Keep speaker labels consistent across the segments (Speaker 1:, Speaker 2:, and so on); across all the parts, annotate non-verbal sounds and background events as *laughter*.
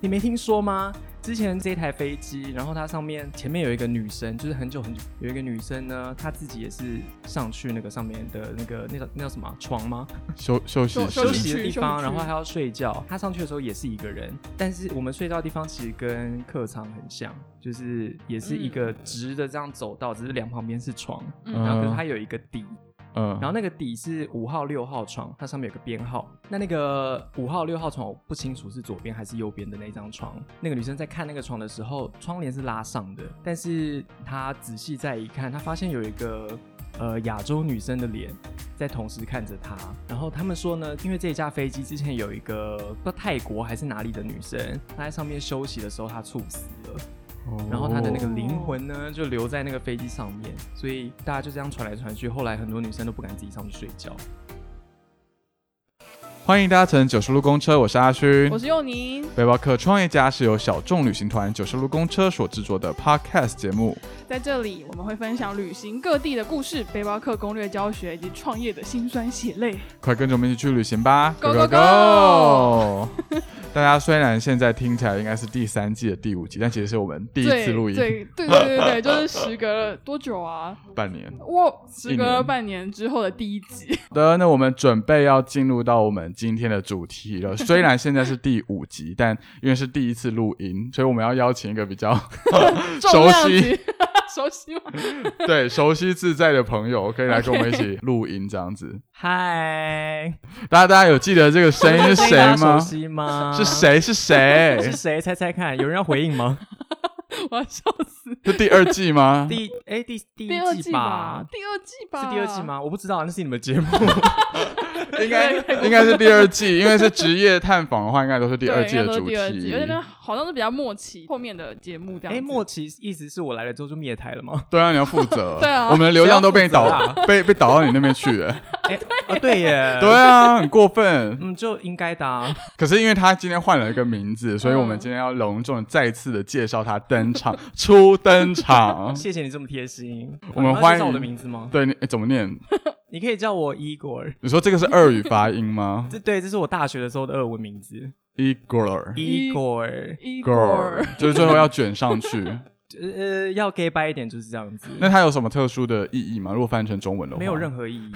Speaker 1: 你没听说吗？之前这台飞机，然后它上面前面有一个女生，就是很久很久有一个女生呢，她自己也是上去那个上面的那个那叫那叫什么啊床吗？
Speaker 2: 休休息
Speaker 3: *laughs* 休
Speaker 2: 室
Speaker 1: 休
Speaker 3: 息
Speaker 1: 息的地
Speaker 3: 区休
Speaker 1: 方，
Speaker 3: 息
Speaker 1: 然后
Speaker 3: 区
Speaker 1: 还要睡觉。她上去的时候也是一个人，但是我们睡觉的地方其实跟客舱很像，就是也是一个直的这样走道，只是两旁边是床，
Speaker 3: 嗯
Speaker 1: 然后可是
Speaker 2: 嗯
Speaker 1: 它有一个底，
Speaker 2: 嗯，
Speaker 1: 然后那个底是五号、六号床，它上面有个编号。那那个五号、六号床，我不清楚是左边还是右边的那张床。那个女生在看那个床的时候，窗帘是拉上的，但是她仔细再一看，她发现有一个呃亚洲女生的脸在同时看着她。然后他们说呢，因为这架飞机之前有一个不知道泰国还是哪里的女生，她在上面休息的时候她猝死了。
Speaker 2: 哦
Speaker 1: 然后他的那个灵魂呢，就留在那个飞机上面，所以大家就这样传来传去。后来很多女生都不敢自己上去睡觉。
Speaker 2: 欢迎大家乘九十路公车，我是阿勋
Speaker 3: 我。是佑宁，
Speaker 2: 背包客创业家是由小众旅行团九十路公车所制作的 podcast 节目。
Speaker 3: 在这里我们会分享旅行各地的故事、背包客攻略教学以及创业的辛酸血泪。
Speaker 2: 快跟着我们一起去旅行吧
Speaker 3: Go, go,
Speaker 2: go！大 *laughs* 家虽然现在听起来应该是第三季的第五集，但其实是我们第一次录音，
Speaker 3: 对对对对对对，就是时隔了多久啊？
Speaker 2: 半年。
Speaker 3: 我时隔
Speaker 2: 一
Speaker 3: 了
Speaker 2: 年
Speaker 3: 半年之后的第一
Speaker 2: *laughs*
Speaker 3: 集，
Speaker 2: 好的，那我们准备要进入到我们今天的主题了。虽然现在是第五集，但因为是第一次录音，所以我们要邀请一个比较
Speaker 3: 重量
Speaker 2: 熟悉
Speaker 3: 级，熟悉吗？
Speaker 2: *laughs* 对熟悉自在的朋友，可以来跟我们一起录音这样子。
Speaker 1: 嗨，
Speaker 2: 大家大家有记得这个声音是谁
Speaker 1: 大家
Speaker 2: 吗
Speaker 1: 熟？悉吗？
Speaker 2: 是？谁？是谁？
Speaker 1: 是谁？猜猜看，有人要回应吗？
Speaker 3: 我要笑死。
Speaker 2: 是第二季吗？
Speaker 1: *laughs* 第哎第第
Speaker 3: 第二
Speaker 1: 一
Speaker 3: 季
Speaker 1: 季吧
Speaker 3: 吧，？第二季吧，
Speaker 1: 是第二季？吗？我不知道，那是你们节目。
Speaker 2: 应该应该是第二季，因为是职业探访的话，应该都是第
Speaker 3: 对啊
Speaker 2: 二季
Speaker 3: 应该
Speaker 2: 的
Speaker 3: 都是
Speaker 2: 主
Speaker 3: 第二季，而且
Speaker 2: 题。
Speaker 3: 呢，好像是比较默契后面的节目这样
Speaker 1: 哎，
Speaker 3: 子。
Speaker 1: 莫奇意思是我来了之后就灭台了 *laughs* 吗？
Speaker 2: 对啊，你要负责。
Speaker 3: 对啊
Speaker 2: 我们的流量都被你
Speaker 1: 谁要
Speaker 2: 导
Speaker 1: 啊负责
Speaker 2: 被被导到你那边去了。
Speaker 3: *laughs*
Speaker 1: 哎，哦对耶，
Speaker 2: 对，啊，很过分。
Speaker 1: 嗯，就应该的啊。
Speaker 2: 可是因为他今天换了一个名字，所以我们今天要隆重地再次的介绍他登场，初
Speaker 1: *laughs*
Speaker 2: 登场。
Speaker 1: 谢谢你这么贴心。
Speaker 2: 我们
Speaker 1: 你要
Speaker 2: 欢
Speaker 1: 介
Speaker 2: 迎
Speaker 1: 绍我的名字吗？
Speaker 2: 对，你诶怎么念？
Speaker 1: 你可以叫我 Igor。
Speaker 2: 你说这个是俄语发音吗
Speaker 1: 这对，这是我大学的时候的俄文名字
Speaker 2: ？Igor
Speaker 1: ，Igor。
Speaker 3: Igor，
Speaker 2: girl，就是最后要卷上去。
Speaker 1: 呃，要 gay 掰一点就是这样子，
Speaker 2: 那它有什么特殊的意义吗？如果翻成中文的话，
Speaker 1: 没有任
Speaker 2: 何，
Speaker 1: 何意义。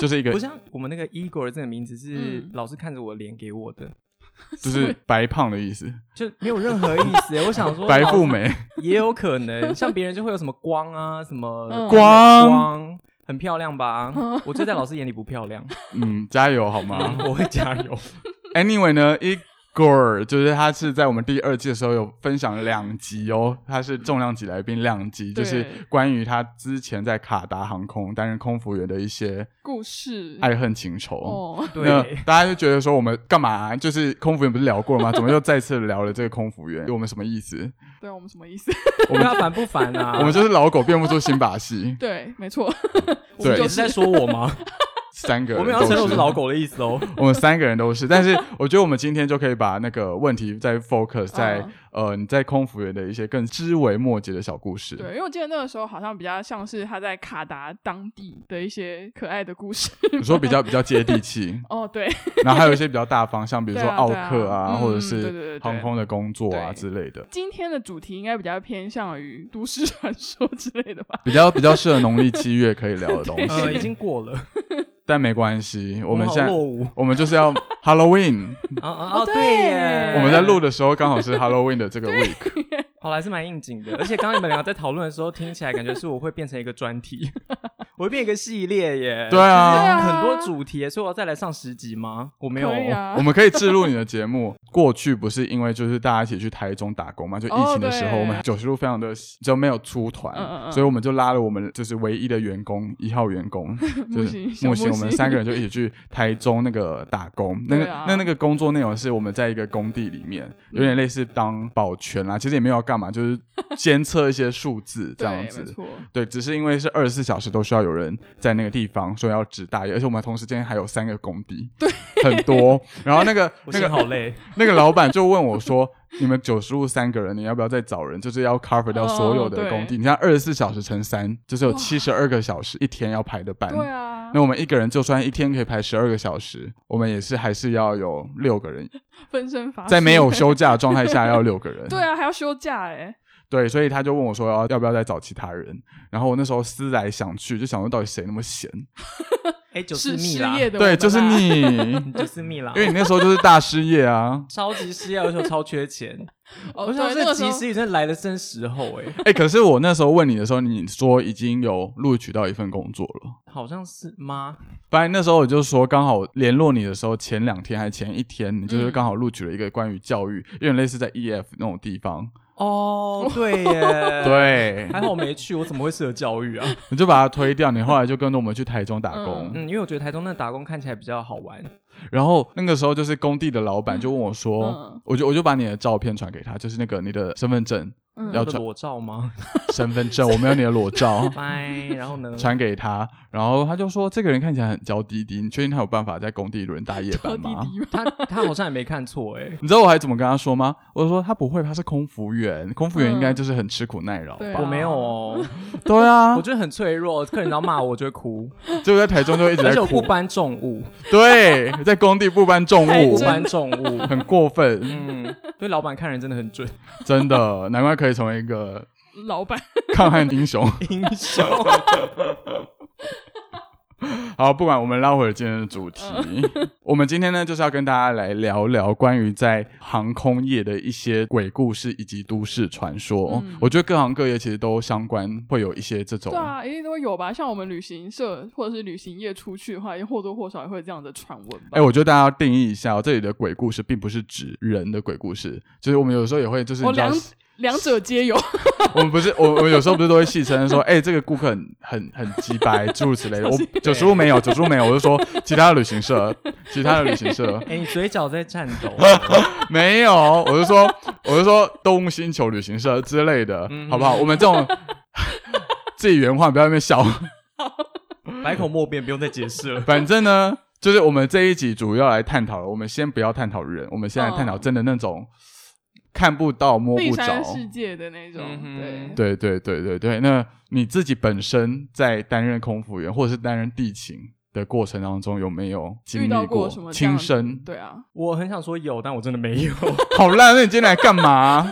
Speaker 2: 就是一个
Speaker 1: 不像我们那个 Igor 这个名字是
Speaker 3: 嗯
Speaker 1: 老师看着我脸给我的，
Speaker 2: 就是白胖的意思，
Speaker 1: 就没
Speaker 2: *laughs*
Speaker 1: 有任何意思欸。我想说，
Speaker 2: 白富美。
Speaker 1: 也有可能，像别人就会有什么光啊，什么
Speaker 3: 嗯
Speaker 2: 光
Speaker 1: 光很漂亮吧？我就在老师眼里不漂
Speaker 2: *laughs*
Speaker 1: 亮，
Speaker 2: 嗯，加油
Speaker 1: *laughs*
Speaker 2: 好吗
Speaker 1: 我会加油。
Speaker 2: ？Anyway 呢，Igor 就是他是在我们第二季的时候有分享两集哦，他是重量级来宾两集，就
Speaker 3: 对
Speaker 2: 是关于他之前在卡达航空担任空服员的一些
Speaker 3: 故事
Speaker 2: 爱恨情仇。
Speaker 3: 哦，
Speaker 2: 那
Speaker 1: 对，
Speaker 2: 大家就觉得说我们干嘛、就是空服员不是聊过了吗？怎么又再次聊了这个空服员？我们什么意思？
Speaker 3: 对我们什么意思？，
Speaker 1: 我们要烦不烦啊？
Speaker 2: 我们就是老狗变不出新把戏
Speaker 3: 对，没错，
Speaker 1: 我们
Speaker 2: 对
Speaker 1: 也是在说我吗？
Speaker 2: 三个人
Speaker 1: 我没有要承认
Speaker 2: 都
Speaker 1: 我
Speaker 2: 是
Speaker 1: 是老狗的意思哦。
Speaker 2: 我们三个人都是，但是我觉得我们今天就可以把那个问题再 focus 在、
Speaker 3: 嗯
Speaker 2: 呃你在空服员的一些更枝微末节的小故事。
Speaker 3: 对，因为我记得那个时候好像比较像是他在卡达当地的一些可爱的故事。，
Speaker 2: 你说比较比较接地气
Speaker 3: 哦，对，
Speaker 2: 然后还有一些比较大方向，比如说
Speaker 3: 对啊
Speaker 2: 奥
Speaker 3: 对啊
Speaker 2: 克啊，
Speaker 3: 嗯
Speaker 2: 或者
Speaker 3: 对对对
Speaker 2: 是
Speaker 3: 对
Speaker 2: 航空的工作啊
Speaker 3: 对
Speaker 2: 之类的，
Speaker 3: 今天的主题应该比较偏向于都市传说之类的吧？
Speaker 2: 比较比较适合农历七月可以聊的东
Speaker 1: 呃，已
Speaker 2: 西。
Speaker 1: 经过了，
Speaker 2: 但没关系，我们
Speaker 1: 好
Speaker 2: 现在
Speaker 1: 落伍
Speaker 2: 我们就是要 Halloween，
Speaker 1: 啊啊啊！
Speaker 3: 哦对
Speaker 1: 对耶，
Speaker 2: 我们在录的时候刚好是 Halloween 的这个 week，
Speaker 1: 好来是蛮应景的，而且刚刚你们两个在讨论的时候，听起来感觉是我会变成一个专题， *laughs* 我会变一个系列耶。
Speaker 2: 对啊
Speaker 1: 就是很多主题耶，所以我要再来上十集吗？我没有哦，
Speaker 3: 可以啊
Speaker 2: 我，们可以置入你的节目。 *laughs* 过去不是因为就是大家一起去台中打工嘛，就疫情的时
Speaker 3: 哦
Speaker 2: 候，
Speaker 3: 对
Speaker 2: 我们九十路非常的就没有出团，
Speaker 3: 嗯嗯嗯
Speaker 2: 所以我们就拉了我们就是唯一的员工一号员
Speaker 3: *laughs*
Speaker 2: 工，就
Speaker 3: 木
Speaker 2: 是
Speaker 3: 星小
Speaker 2: 木
Speaker 3: 木
Speaker 2: 星，我们
Speaker 3: 星
Speaker 2: 三个人就一起去台中那个打工。那
Speaker 3: *laughs* 对
Speaker 2: 个
Speaker 3: 啊
Speaker 2: 那那个工作内容是我们在一个工地里面，有点类似当保全啦，其实也没有要干嘛，就是监测一些数字这
Speaker 3: 对
Speaker 2: 样
Speaker 3: 没
Speaker 2: 子。
Speaker 3: 错，
Speaker 2: 对，只是因为是二十四小时都需要有人在那个地方说要值大夜，而且我们同时间还有三个工
Speaker 3: *laughs*
Speaker 2: 地，对，很多。然后那个
Speaker 1: 我
Speaker 2: 那
Speaker 1: 心好
Speaker 2: 个
Speaker 1: 累，
Speaker 2: 那个老板就问我说：“你们九十路三个人，你要不要再找人？就是要 cover 掉所有的工地。
Speaker 3: 哦
Speaker 2: 你看二十四小时乘三，就是有
Speaker 3: 哇
Speaker 2: 七十二个小时一天要排的班。
Speaker 3: 对啊
Speaker 2: 那，我们一个人就算一天可以排十二个小时，我们也是还是要有六个人，
Speaker 3: 分身乏
Speaker 2: *laughs*
Speaker 3: 术，
Speaker 2: 在没有休假的状态下要六个人。
Speaker 3: *laughs* 对啊，还要休假哎，
Speaker 2: 对，所以他就问我说哦要要不要再找其他人，然后我那时候思来想去，就想说到底谁那么闲？
Speaker 1: 哎，就是是
Speaker 3: 失
Speaker 1: 蜜啦，
Speaker 3: 业的我们
Speaker 2: 对，
Speaker 3: 啦，
Speaker 2: 就是你，
Speaker 1: 你就是蜜啦
Speaker 2: 因，为你那时候就是大失业啊。
Speaker 1: 超级失业，而且我超缺钱。
Speaker 3: 哦，
Speaker 1: 我想
Speaker 3: 对
Speaker 1: 这
Speaker 3: 那个时
Speaker 1: 及
Speaker 3: 候
Speaker 1: 时雨真的来的真时候哎，
Speaker 2: 哎、可是我那时候问你的时候，你说已经有录取到一份工作了。
Speaker 1: 好像是吗？
Speaker 2: 反正那时候我就说，刚好联络你的时候，前两天还前一天，你就是
Speaker 3: 嗯
Speaker 2: 刚好录取了一个关于教育，有点类似在 EF 那种地方。
Speaker 1: 哦，对耶，，
Speaker 2: *laughs* 对，
Speaker 1: 还好我没去，我怎么会适合教育啊？ *laughs*
Speaker 2: 你就把它推掉，你后来就跟着我们去台中打工。
Speaker 1: 嗯，因为我觉得台中那打工看起来比较好玩。
Speaker 2: 然后那个时候就是工地的老板就问我说，
Speaker 3: 嗯
Speaker 2: 我就我就把你的照片传给他，就是那个你的身份证、
Speaker 3: 嗯
Speaker 2: 要
Speaker 1: 的
Speaker 2: 转
Speaker 1: 裸照吗？，
Speaker 2: 身份证，我没有你的裸照
Speaker 1: 拜，然后呢？
Speaker 2: 传给他。然后他就说，这个人看起来很娇滴滴，你确定他有办法在工地轮大夜
Speaker 3: 到
Speaker 2: 班
Speaker 3: 底
Speaker 2: 吗？
Speaker 3: 低吗？
Speaker 1: 他他好像也没看错哎，
Speaker 2: 你知道我还怎么跟他说吗？我说他不会，他是空服员，空服员应该就是很吃苦耐劳
Speaker 3: 嗯对
Speaker 2: 吧？
Speaker 1: 我没有 *laughs* 哦，
Speaker 2: 嗯对啊
Speaker 1: 我，觉得很脆弱，客人要骂我我就会哭，
Speaker 2: 结果在台中就一
Speaker 1: *laughs*
Speaker 2: 直
Speaker 1: 而
Speaker 2: 在
Speaker 1: 且我不
Speaker 2: 哭，
Speaker 1: 搬重物，
Speaker 2: 对，在工地不搬重
Speaker 3: 太
Speaker 2: 物
Speaker 1: 不
Speaker 3: 真，
Speaker 1: 搬重物，
Speaker 2: 很过
Speaker 1: *laughs*
Speaker 2: 分，
Speaker 1: 嗯，对，老板看人真的很 *laughs* 准，
Speaker 2: 真的，难怪可以成为一个
Speaker 3: 老板， *laughs*
Speaker 2: 抗旱英雄。
Speaker 1: 英雄。
Speaker 2: *laughs* 好，不管我们拉回今天的主
Speaker 3: *laughs*
Speaker 2: 题，我们今天呢就是要跟大家来聊聊关于在航空业的一些鬼故事以及都市传说。
Speaker 3: 嗯
Speaker 2: 我觉得各行各业其实都相关，会有一些这种
Speaker 3: 对啊，一定都会有吧？像我们旅行社或者是旅行业出去的话，也或多或少也会有这样的传闻吧。
Speaker 2: 哎、我觉得大家要定义一下、哦，这里的鬼故事并不是指人的鬼故事，就是我们有时候也会就是
Speaker 3: 我
Speaker 2: 你知道
Speaker 3: 两，两者皆有，
Speaker 2: 我们不是我我有时候不是都会戏称说，哎、这个顾客很很很鸡掰，诸如此类的。我九十五没有，九十五没有，我就说其他的旅行社， *laughs* 其他的旅行社
Speaker 1: 哎、你嘴角在颤 *laughs* 抖，
Speaker 2: 没有，我是说我是说动物星球旅行社之类的，
Speaker 1: 嗯
Speaker 2: 好不好？我们这种 *laughs* 自己原话不要在那边笑， *laughs*
Speaker 1: 百口莫辩，不用再解释 *laughs* 了。
Speaker 2: 反正呢。就是我们这一集主要来探讨了，我们先不要探讨人，我们先来探讨真的那种看不到、摸
Speaker 3: *laughs* 第
Speaker 2: 不着
Speaker 3: 三。世界的那种
Speaker 1: 嗯，哼
Speaker 3: 对。
Speaker 2: 对对对对对，那你自己本身在担任空服员或者是担任地勤的过程当中，有没有经
Speaker 3: 遇
Speaker 2: 历
Speaker 3: 到过什么这
Speaker 2: 亲
Speaker 3: 样的 *laughs*
Speaker 2: 身？
Speaker 3: 对啊，
Speaker 1: 我很想说有，但我真的没 *laughs* 有。
Speaker 2: 好烂，啊那你今天来干嘛？啊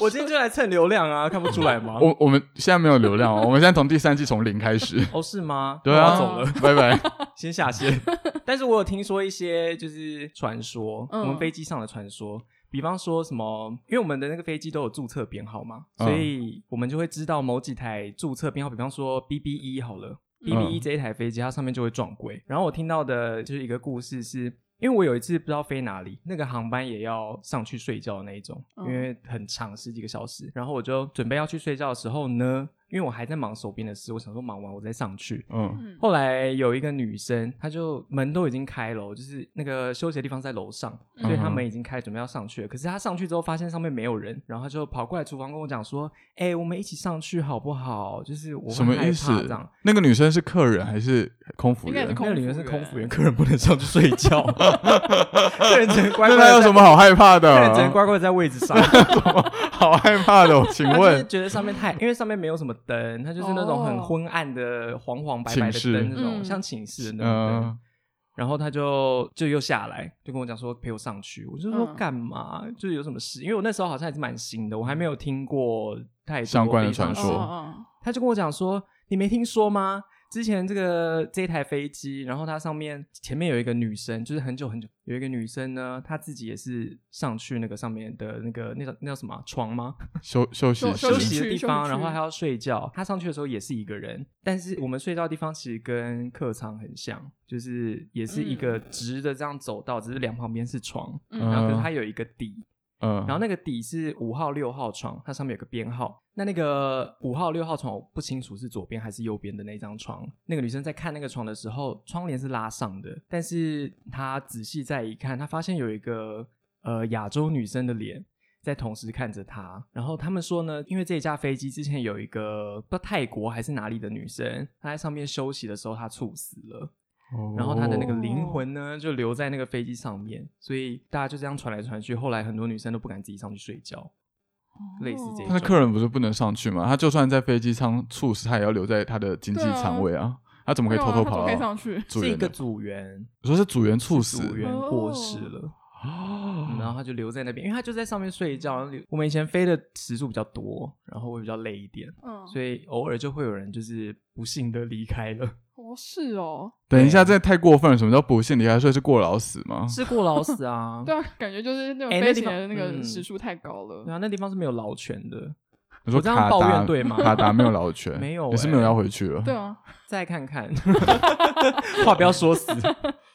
Speaker 1: 我今天就来蹭流量啊，看不出来吗？
Speaker 2: 我我们现在没有流量哦，我们现在从第三季从零开始。 *laughs*
Speaker 1: 哦，是吗？
Speaker 2: 对
Speaker 1: 那
Speaker 2: 啊，
Speaker 1: 我走了，，
Speaker 2: 拜拜。
Speaker 1: 先下
Speaker 3: *laughs*
Speaker 1: 线。但是我有听说一些就是传说，
Speaker 3: 嗯
Speaker 1: 我们飞机上的传说，比方说什么，因为我们的那个飞机都有注册编号嘛，
Speaker 2: 嗯
Speaker 1: 所以我们就会知道某几台注册编号，比方说 BB 一好了。B
Speaker 3: 嗯
Speaker 1: B 一这一台飞机，它上面就会撞轨。然后我听到的就是一个故事是，因为我有一次不知道飞哪里，那个航班也要上去睡觉的那一种，
Speaker 3: 嗯
Speaker 1: 因为很长十几个小时。然后我就准备要去睡觉的时候呢，因为我还在忙手边的事，我想说忙完我再上去。
Speaker 2: 嗯，
Speaker 3: 嗯，
Speaker 1: 后来有一个女生，她就门都已经开了哦，就是那个休息的地方在楼上，
Speaker 3: 嗯
Speaker 1: 所以她
Speaker 2: 嗯哼
Speaker 1: 门已经开，准备要上去了。可是她上去之后，发现上面没有人，然后她就跑过来厨房跟我讲说：“哎、我们一起上去好不好？就是我会
Speaker 2: 什么
Speaker 1: 害
Speaker 2: 意
Speaker 1: 怕
Speaker 2: 思
Speaker 1: 这样。？
Speaker 2: 那个女生是客人还是空服
Speaker 3: 应该是
Speaker 2: 员？
Speaker 3: 空
Speaker 1: 那个女生是空
Speaker 3: 服
Speaker 1: 服
Speaker 3: 员
Speaker 1: 员，客人不能上去睡
Speaker 3: *laughs*
Speaker 1: 觉，客人只能乖
Speaker 2: 那
Speaker 1: 乖。
Speaker 2: 她有什么？好啊害怕
Speaker 1: 客人只能
Speaker 2: 的？
Speaker 1: 乖乖地在位置上。
Speaker 2: 好害怕的哦，请
Speaker 1: 他就是
Speaker 2: 问
Speaker 1: 觉得上面
Speaker 2: *laughs*
Speaker 1: 太，因为上面没有什么灯，它就是那种很
Speaker 3: 哦
Speaker 1: 昏暗的黄黄白白的
Speaker 2: 寝室
Speaker 1: 灯，那种
Speaker 3: 嗯
Speaker 1: 像寝室的那种灯。
Speaker 2: 嗯，
Speaker 1: 然后他就就又下来，就跟我讲说陪我上去。我就说
Speaker 3: 嗯
Speaker 1: 干嘛？就是有什么事？因为我那时候好像还是蛮新的，我还没有听过太多
Speaker 2: 相关的
Speaker 1: 飞机
Speaker 2: 传
Speaker 1: 上
Speaker 2: 说
Speaker 1: 的事
Speaker 3: 嗯
Speaker 1: 他就跟我讲说，你没听说吗？之前这个这台飞机，然后它上面前面有一个女生，就是很久很久有一个女生呢，她自己也是上去那个上面的那个那叫那叫什么啊床吗？
Speaker 2: 休休息
Speaker 3: 休
Speaker 1: 休
Speaker 2: 室
Speaker 3: 息
Speaker 1: 息
Speaker 3: 区
Speaker 1: 的地
Speaker 3: 休息
Speaker 1: 方，
Speaker 3: 区
Speaker 1: 然后还要睡觉。他上去的时候也是一个人，但是我们睡觉的地方其实跟客舱很像，就是也是一个直的这样走道，只是两旁边是床，
Speaker 3: 嗯
Speaker 1: 然后可是
Speaker 2: 嗯
Speaker 1: 它有一个底，
Speaker 2: 嗯，
Speaker 1: 然后那个底是五号、六号床，它上面有个编号。那那个五号、六号床我不清楚是左边还是右边的那张床。那个女生在看那个床的时候，窗帘是拉上的，但是她仔细再一看，她发现有一个呃亚洲女生的脸。在同时看着他。然后他们说呢，因为这一架飞机之前有一个不知道泰国还是哪里的女生，她在上面休息的时候她猝死了，然后她的那个灵魂呢就留在那个飞机上面，所以大家就这样传来传去。后来很多女生都不敢自己上去睡觉，类似这
Speaker 3: 哦
Speaker 1: 种
Speaker 2: 他的客人不是不能上去吗？他就算在飞机舱猝死，他也要留在他的经济舱位啊。他怎么可以偷偷
Speaker 3: 没有啊他怎
Speaker 2: 跑
Speaker 3: 么可以
Speaker 2: 到
Speaker 3: 上去？
Speaker 2: 组
Speaker 1: 是一
Speaker 2: 员
Speaker 1: 个
Speaker 2: 的？
Speaker 1: 组员，
Speaker 2: 你说是组员猝死？
Speaker 1: 组员过世了。哦
Speaker 2: 哦
Speaker 1: 嗯然后他就留在那边，因为他就在上面睡觉。然后留我们以前飞的时数比较多，然后会比较累一点，
Speaker 3: 嗯， *laughs*
Speaker 1: 所以偶尔就会有人就是不幸的离开了，
Speaker 3: 哦是哦，
Speaker 2: 等一下，这太过分了！什么叫不幸离开？所以是过劳死吗？
Speaker 1: 是过劳死 *laughs*
Speaker 2: 嗯
Speaker 1: 啊。
Speaker 3: *laughs* 对啊，感觉就是那种
Speaker 1: 哎那
Speaker 3: 飞
Speaker 1: 地
Speaker 3: 行
Speaker 1: 方
Speaker 3: 的那个
Speaker 1: 嗯
Speaker 3: 时速太高了。
Speaker 1: 对啊，那地方是没有劳权的。
Speaker 2: 你说
Speaker 1: 我这样
Speaker 2: 卡
Speaker 1: 抱
Speaker 2: 达
Speaker 1: 怨对吗
Speaker 2: 卡达没有劳
Speaker 1: *laughs*
Speaker 2: 权，
Speaker 1: 没有
Speaker 2: 也是
Speaker 1: 欸
Speaker 2: 没有要回去了。
Speaker 3: 对啊，
Speaker 1: 再看 *laughs* 看，话不要说 *laughs* 死。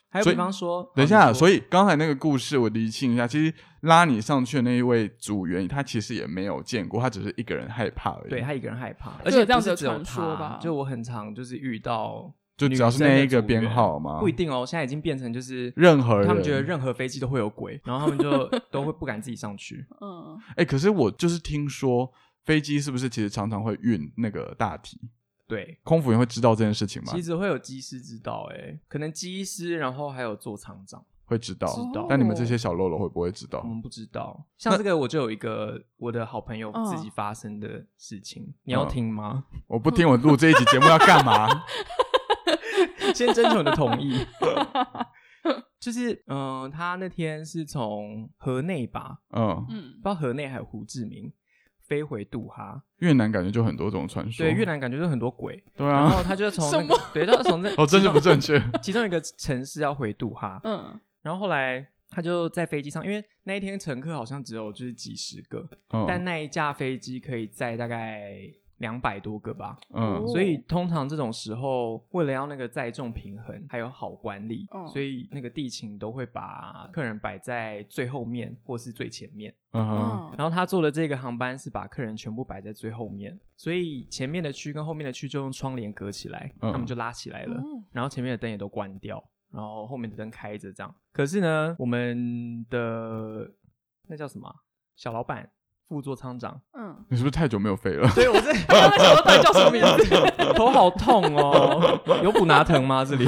Speaker 1: 还有，
Speaker 2: 所以
Speaker 1: 比方说，
Speaker 2: 等一下，所
Speaker 1: 以
Speaker 2: 以刚才那个故事我厘清一下，其实拉你上去的那一位组员，他其实也没有见过，他只是一个人害怕而已。
Speaker 1: 对他一个人害怕，
Speaker 3: 就
Speaker 1: 而
Speaker 3: 有
Speaker 1: 且
Speaker 3: 这样
Speaker 1: 不是
Speaker 3: 子的
Speaker 1: 只有
Speaker 3: 传说
Speaker 1: 他
Speaker 3: 吧
Speaker 1: 就我很常就是遇到
Speaker 2: 就只要是
Speaker 1: 女生
Speaker 2: 那
Speaker 1: 的
Speaker 2: 一个
Speaker 1: 组员
Speaker 2: 编号吗？
Speaker 1: 不一定哦，现在已经变成就是
Speaker 2: 任何人
Speaker 1: 他们觉得任何飞机都会有鬼，然后他们 *laughs* 就都会不敢自己上去。
Speaker 3: 嗯，
Speaker 2: 哎、可是我就是听说飞机是不是其实常常会运那个大体？
Speaker 1: 对，
Speaker 2: 空服员会知道这件事情吗？
Speaker 1: 其实会有机师知道、欸，可能机师，然后还有做厂长，
Speaker 2: 会知道，
Speaker 3: 知道
Speaker 2: 但你们这些小喽啰会不会知道？
Speaker 1: 我们不知道。像这个，我就有一个我的好朋友自己发生的事情，
Speaker 2: 嗯
Speaker 1: 你要听吗？
Speaker 2: 我不听，我录这一集节目要
Speaker 1: *laughs*
Speaker 2: 干嘛？
Speaker 1: 先征求你的同 *laughs* 意。就是，嗯、他那天是从河内吧，
Speaker 2: 嗯，
Speaker 1: 不
Speaker 3: 嗯
Speaker 1: 知道河内还有胡志明，飞回杜哈。
Speaker 2: 越南感觉就很多这种传说。
Speaker 1: 对，越南感觉就很多鬼，
Speaker 2: 对
Speaker 1: 然 *laughs*
Speaker 2: 啊，
Speaker 1: 后他就从、
Speaker 3: 什
Speaker 1: 那
Speaker 3: 么
Speaker 1: 个，对，他就从那
Speaker 2: 哦，政治不正
Speaker 1: *laughs*
Speaker 2: 确。
Speaker 1: 其中一个城市要回杜哈，
Speaker 3: 嗯，
Speaker 1: 然后后来他就在飞机上，因为那一天乘客好像只有就是几十个，但
Speaker 2: 嗯
Speaker 1: 那一架飞机可以载大概两百多个吧。
Speaker 3: 哦
Speaker 2: 嗯，
Speaker 1: 所以通常这种时候，为了要那个载重平衡，还有好管理，
Speaker 3: 嗯
Speaker 1: 所以那个地勤都会把客人摆在最后面或是最前面。
Speaker 2: 嗯哼，
Speaker 3: 嗯
Speaker 1: 然后他做的这个航班是把客人全部摆在最后面，所以前面的区跟后面的区就用窗帘隔起来，
Speaker 2: 嗯
Speaker 1: 他们就拉起来了。
Speaker 3: 嗯
Speaker 1: 然后前面的灯也都关掉，然后后面的灯开着这样。可是呢，我们的那叫什么啊小老板、副座舱长， *laughs*
Speaker 3: 嗯，
Speaker 2: 你是不是太久没有飞了？
Speaker 1: 对我这
Speaker 3: 到底叫什么名字？
Speaker 1: *laughs* 头好痛哦，有补拿疼吗？
Speaker 3: *laughs*
Speaker 1: 这里，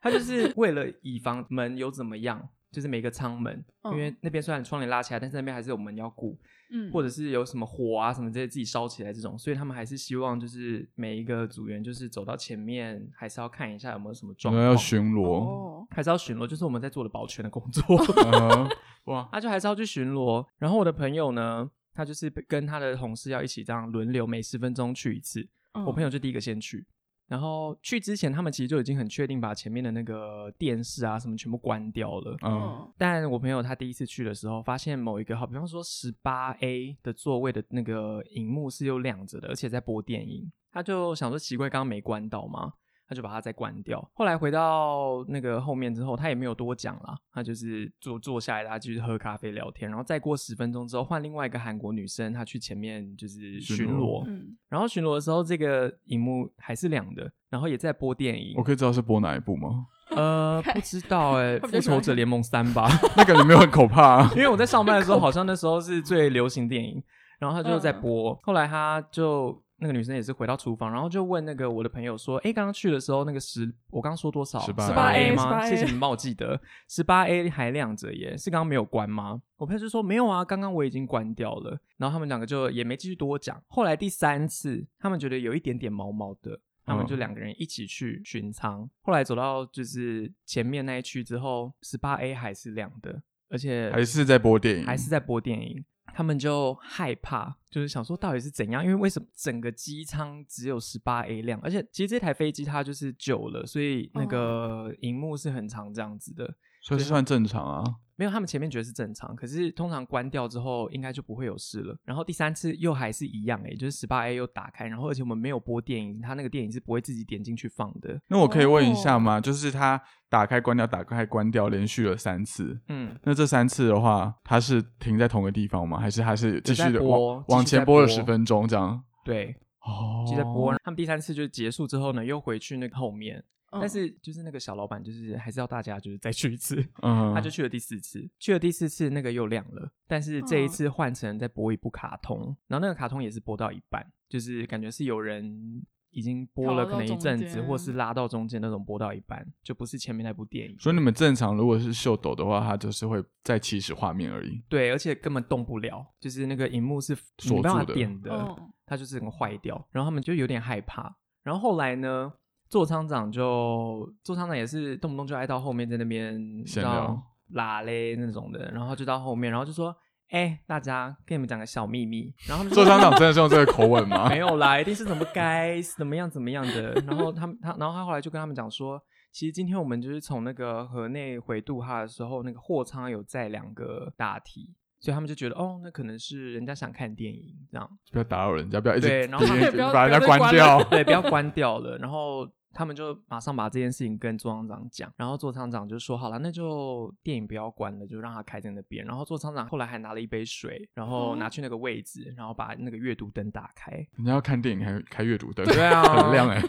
Speaker 1: 他就是为了以防门有怎么样。就是每个舱门，因
Speaker 3: 嗯
Speaker 1: 为那边虽然窗帘拉起来，但是那边还是有门要顾，
Speaker 3: 嗯，
Speaker 1: 或
Speaker 3: 者
Speaker 1: 者是有什么火啊什么这些自己烧起来这种，所以他们还是希望就是每一个组员就是走到前面，还是要看一下有没有什么
Speaker 2: 我
Speaker 1: 状
Speaker 2: 们
Speaker 1: 况，
Speaker 2: 要巡逻。
Speaker 3: 哦，
Speaker 1: 还是要巡逻，就是我们在做的保全的工作， *laughs*
Speaker 2: 嗯哼哇，
Speaker 1: 他就还是要去巡逻。然后我的朋友呢，他就是跟他的同事要一起这样轮流，每十分钟去一次。我朋
Speaker 3: 友
Speaker 1: 友就第一个先去，然后去之前他们其实就已经很确定把前面的那个电视啊什么全部关掉了。
Speaker 2: 嗯，
Speaker 1: 但我朋友他第一次去的时候，发现某一个好，比方说十八 A 的座位的那个荧幕是有亮着的，而且在播电影。他就想说奇怪，刚刚没关到吗？他就把它再关掉。后来回到那个后面之后，他也没有多讲啦，他就是坐坐下来，大家继续喝咖啡聊天。然后再过十分钟之后，换另外一个韩国女生，她去前面就是
Speaker 2: 巡
Speaker 1: 巡
Speaker 2: 逻
Speaker 1: 逻，
Speaker 3: 嗯
Speaker 1: 然后巡逻的时候，这个荧幕还是亮的，然后也在播电影
Speaker 2: 我。可以知道是播哪一部吗？ *laughs*
Speaker 1: 呃，不知道
Speaker 3: *laughs*
Speaker 1: 哎、
Speaker 3: 他比较
Speaker 1: 复
Speaker 3: 喜欢
Speaker 1: 仇者联盟三》吧。
Speaker 2: 那感觉没有很可怕
Speaker 1: *laughs*
Speaker 2: 啊。
Speaker 1: 因为我在上班的时候，好像那时候是最流行电影，然后他就在播。后来他就那个女生也是回到厨房，然后就问那个我的朋友说：“哎，刚刚去的时候那个十，我刚刚说多少？
Speaker 2: 18
Speaker 1: A 吗？
Speaker 3: 18A
Speaker 1: 谢谢你们帮我记得，十八 A 还亮着耶，是刚刚没有关吗？”我朋友就说：“没有啊，刚刚我已经关掉了。”然后他们两个就也没继续多讲。后来第三次，他们觉得有一点点毛毛的。他们就两个人一起去巡仓，后来走到就是前面那一区之后，十八 A 还是亮的，而且
Speaker 2: 还是在播电影，
Speaker 1: 还是在播电影，他们就害怕，就是想说到底是怎样？因为为什么整个机舱只有十八 A 量？而且其实这台飞机它就是旧了，所以那个荧幕是很长这样子的。
Speaker 2: 所以是算正常啊。
Speaker 1: 没有，他们前面觉得是正常，可是通常关掉之后应该就不会有事了。然后第三次又还是一样、欸，就是十八 A 又打开，然后而且我们没有播电影，它那个电影是不会自己点进去放的。
Speaker 2: 那我可以问一下
Speaker 1: 哦
Speaker 2: 吗？就是他打开关掉，打开关掉，连续了三次。
Speaker 1: 嗯，
Speaker 2: 那这三次的话，他是停在同个地方吗？还是他是继续
Speaker 1: 有在
Speaker 2: 的
Speaker 1: 播继
Speaker 2: 往
Speaker 1: 续
Speaker 2: 往
Speaker 1: 在
Speaker 2: 前播了
Speaker 1: 播
Speaker 2: 十分钟这样？
Speaker 1: 对，
Speaker 2: 哦，
Speaker 1: 就在播。他们第三次就结束之后呢，又回去那个后面，
Speaker 3: 嗯
Speaker 1: 但是就是那个小老板，就是还是要大家就是再去一次，
Speaker 2: 嗯，
Speaker 1: 他就去了第四次，去了第四次那个又亮了，但是这
Speaker 2: 嗯
Speaker 1: 一次换成在播一部卡通，然后那个卡通也是播到一半，就是感觉是有人。已经播了
Speaker 3: 跳到
Speaker 1: 可能一阵
Speaker 3: 中
Speaker 1: 子，
Speaker 3: 间
Speaker 1: 或是拉到中间那种播到一半，就不是前面那部电影。
Speaker 2: 所以你们正常如果是秀抖的话，它就是会在起始画面而已。
Speaker 1: 对，而且根本动不了，就是那个荧幕是你没
Speaker 2: 锁
Speaker 1: 办法
Speaker 2: 住的哦
Speaker 1: 点的， *laughs*
Speaker 3: 嗯
Speaker 1: 它就是整个坏掉。然后他们就有点害怕。然后后来呢，座舱长就座舱长也是动不动就爱到后面在那边你知
Speaker 2: 闲聊
Speaker 1: 道拉嘞那种的，然后就到后面，然后就说：“哎、大家跟你们讲个小秘密。”然后他们就
Speaker 2: 做商场真的是用这个口吻
Speaker 1: *laughs*
Speaker 2: 吗？
Speaker 1: 没有啦，一定是怎么该怎么样怎么样的。然后他们他，然后他后来就跟他们讲说，其实今天我们就是从那个河内回杜哈的时候，那个货仓有载两个大题。所以他们就觉得，哦，那可能是人家想看电影这样，
Speaker 2: 不要打扰人家，不要一
Speaker 1: 对
Speaker 2: 直
Speaker 1: 然后
Speaker 2: 点
Speaker 1: 他
Speaker 3: 也不要
Speaker 2: 把人家
Speaker 3: 不要再
Speaker 2: 关
Speaker 3: 关了
Speaker 2: 掉。
Speaker 1: *laughs* 对，不要关掉了。然后他们就马上把这件事情跟座舱长讲，然后座舱长就说，好了，那就电影不要关了，就让他开在那边。然后座舱长后来还拿了一杯水，然后拿去那个位置，然后把那个阅读灯打开， *laughs*
Speaker 2: 人家要看电影还开阅读灯，
Speaker 1: 对啊
Speaker 2: 很亮哎、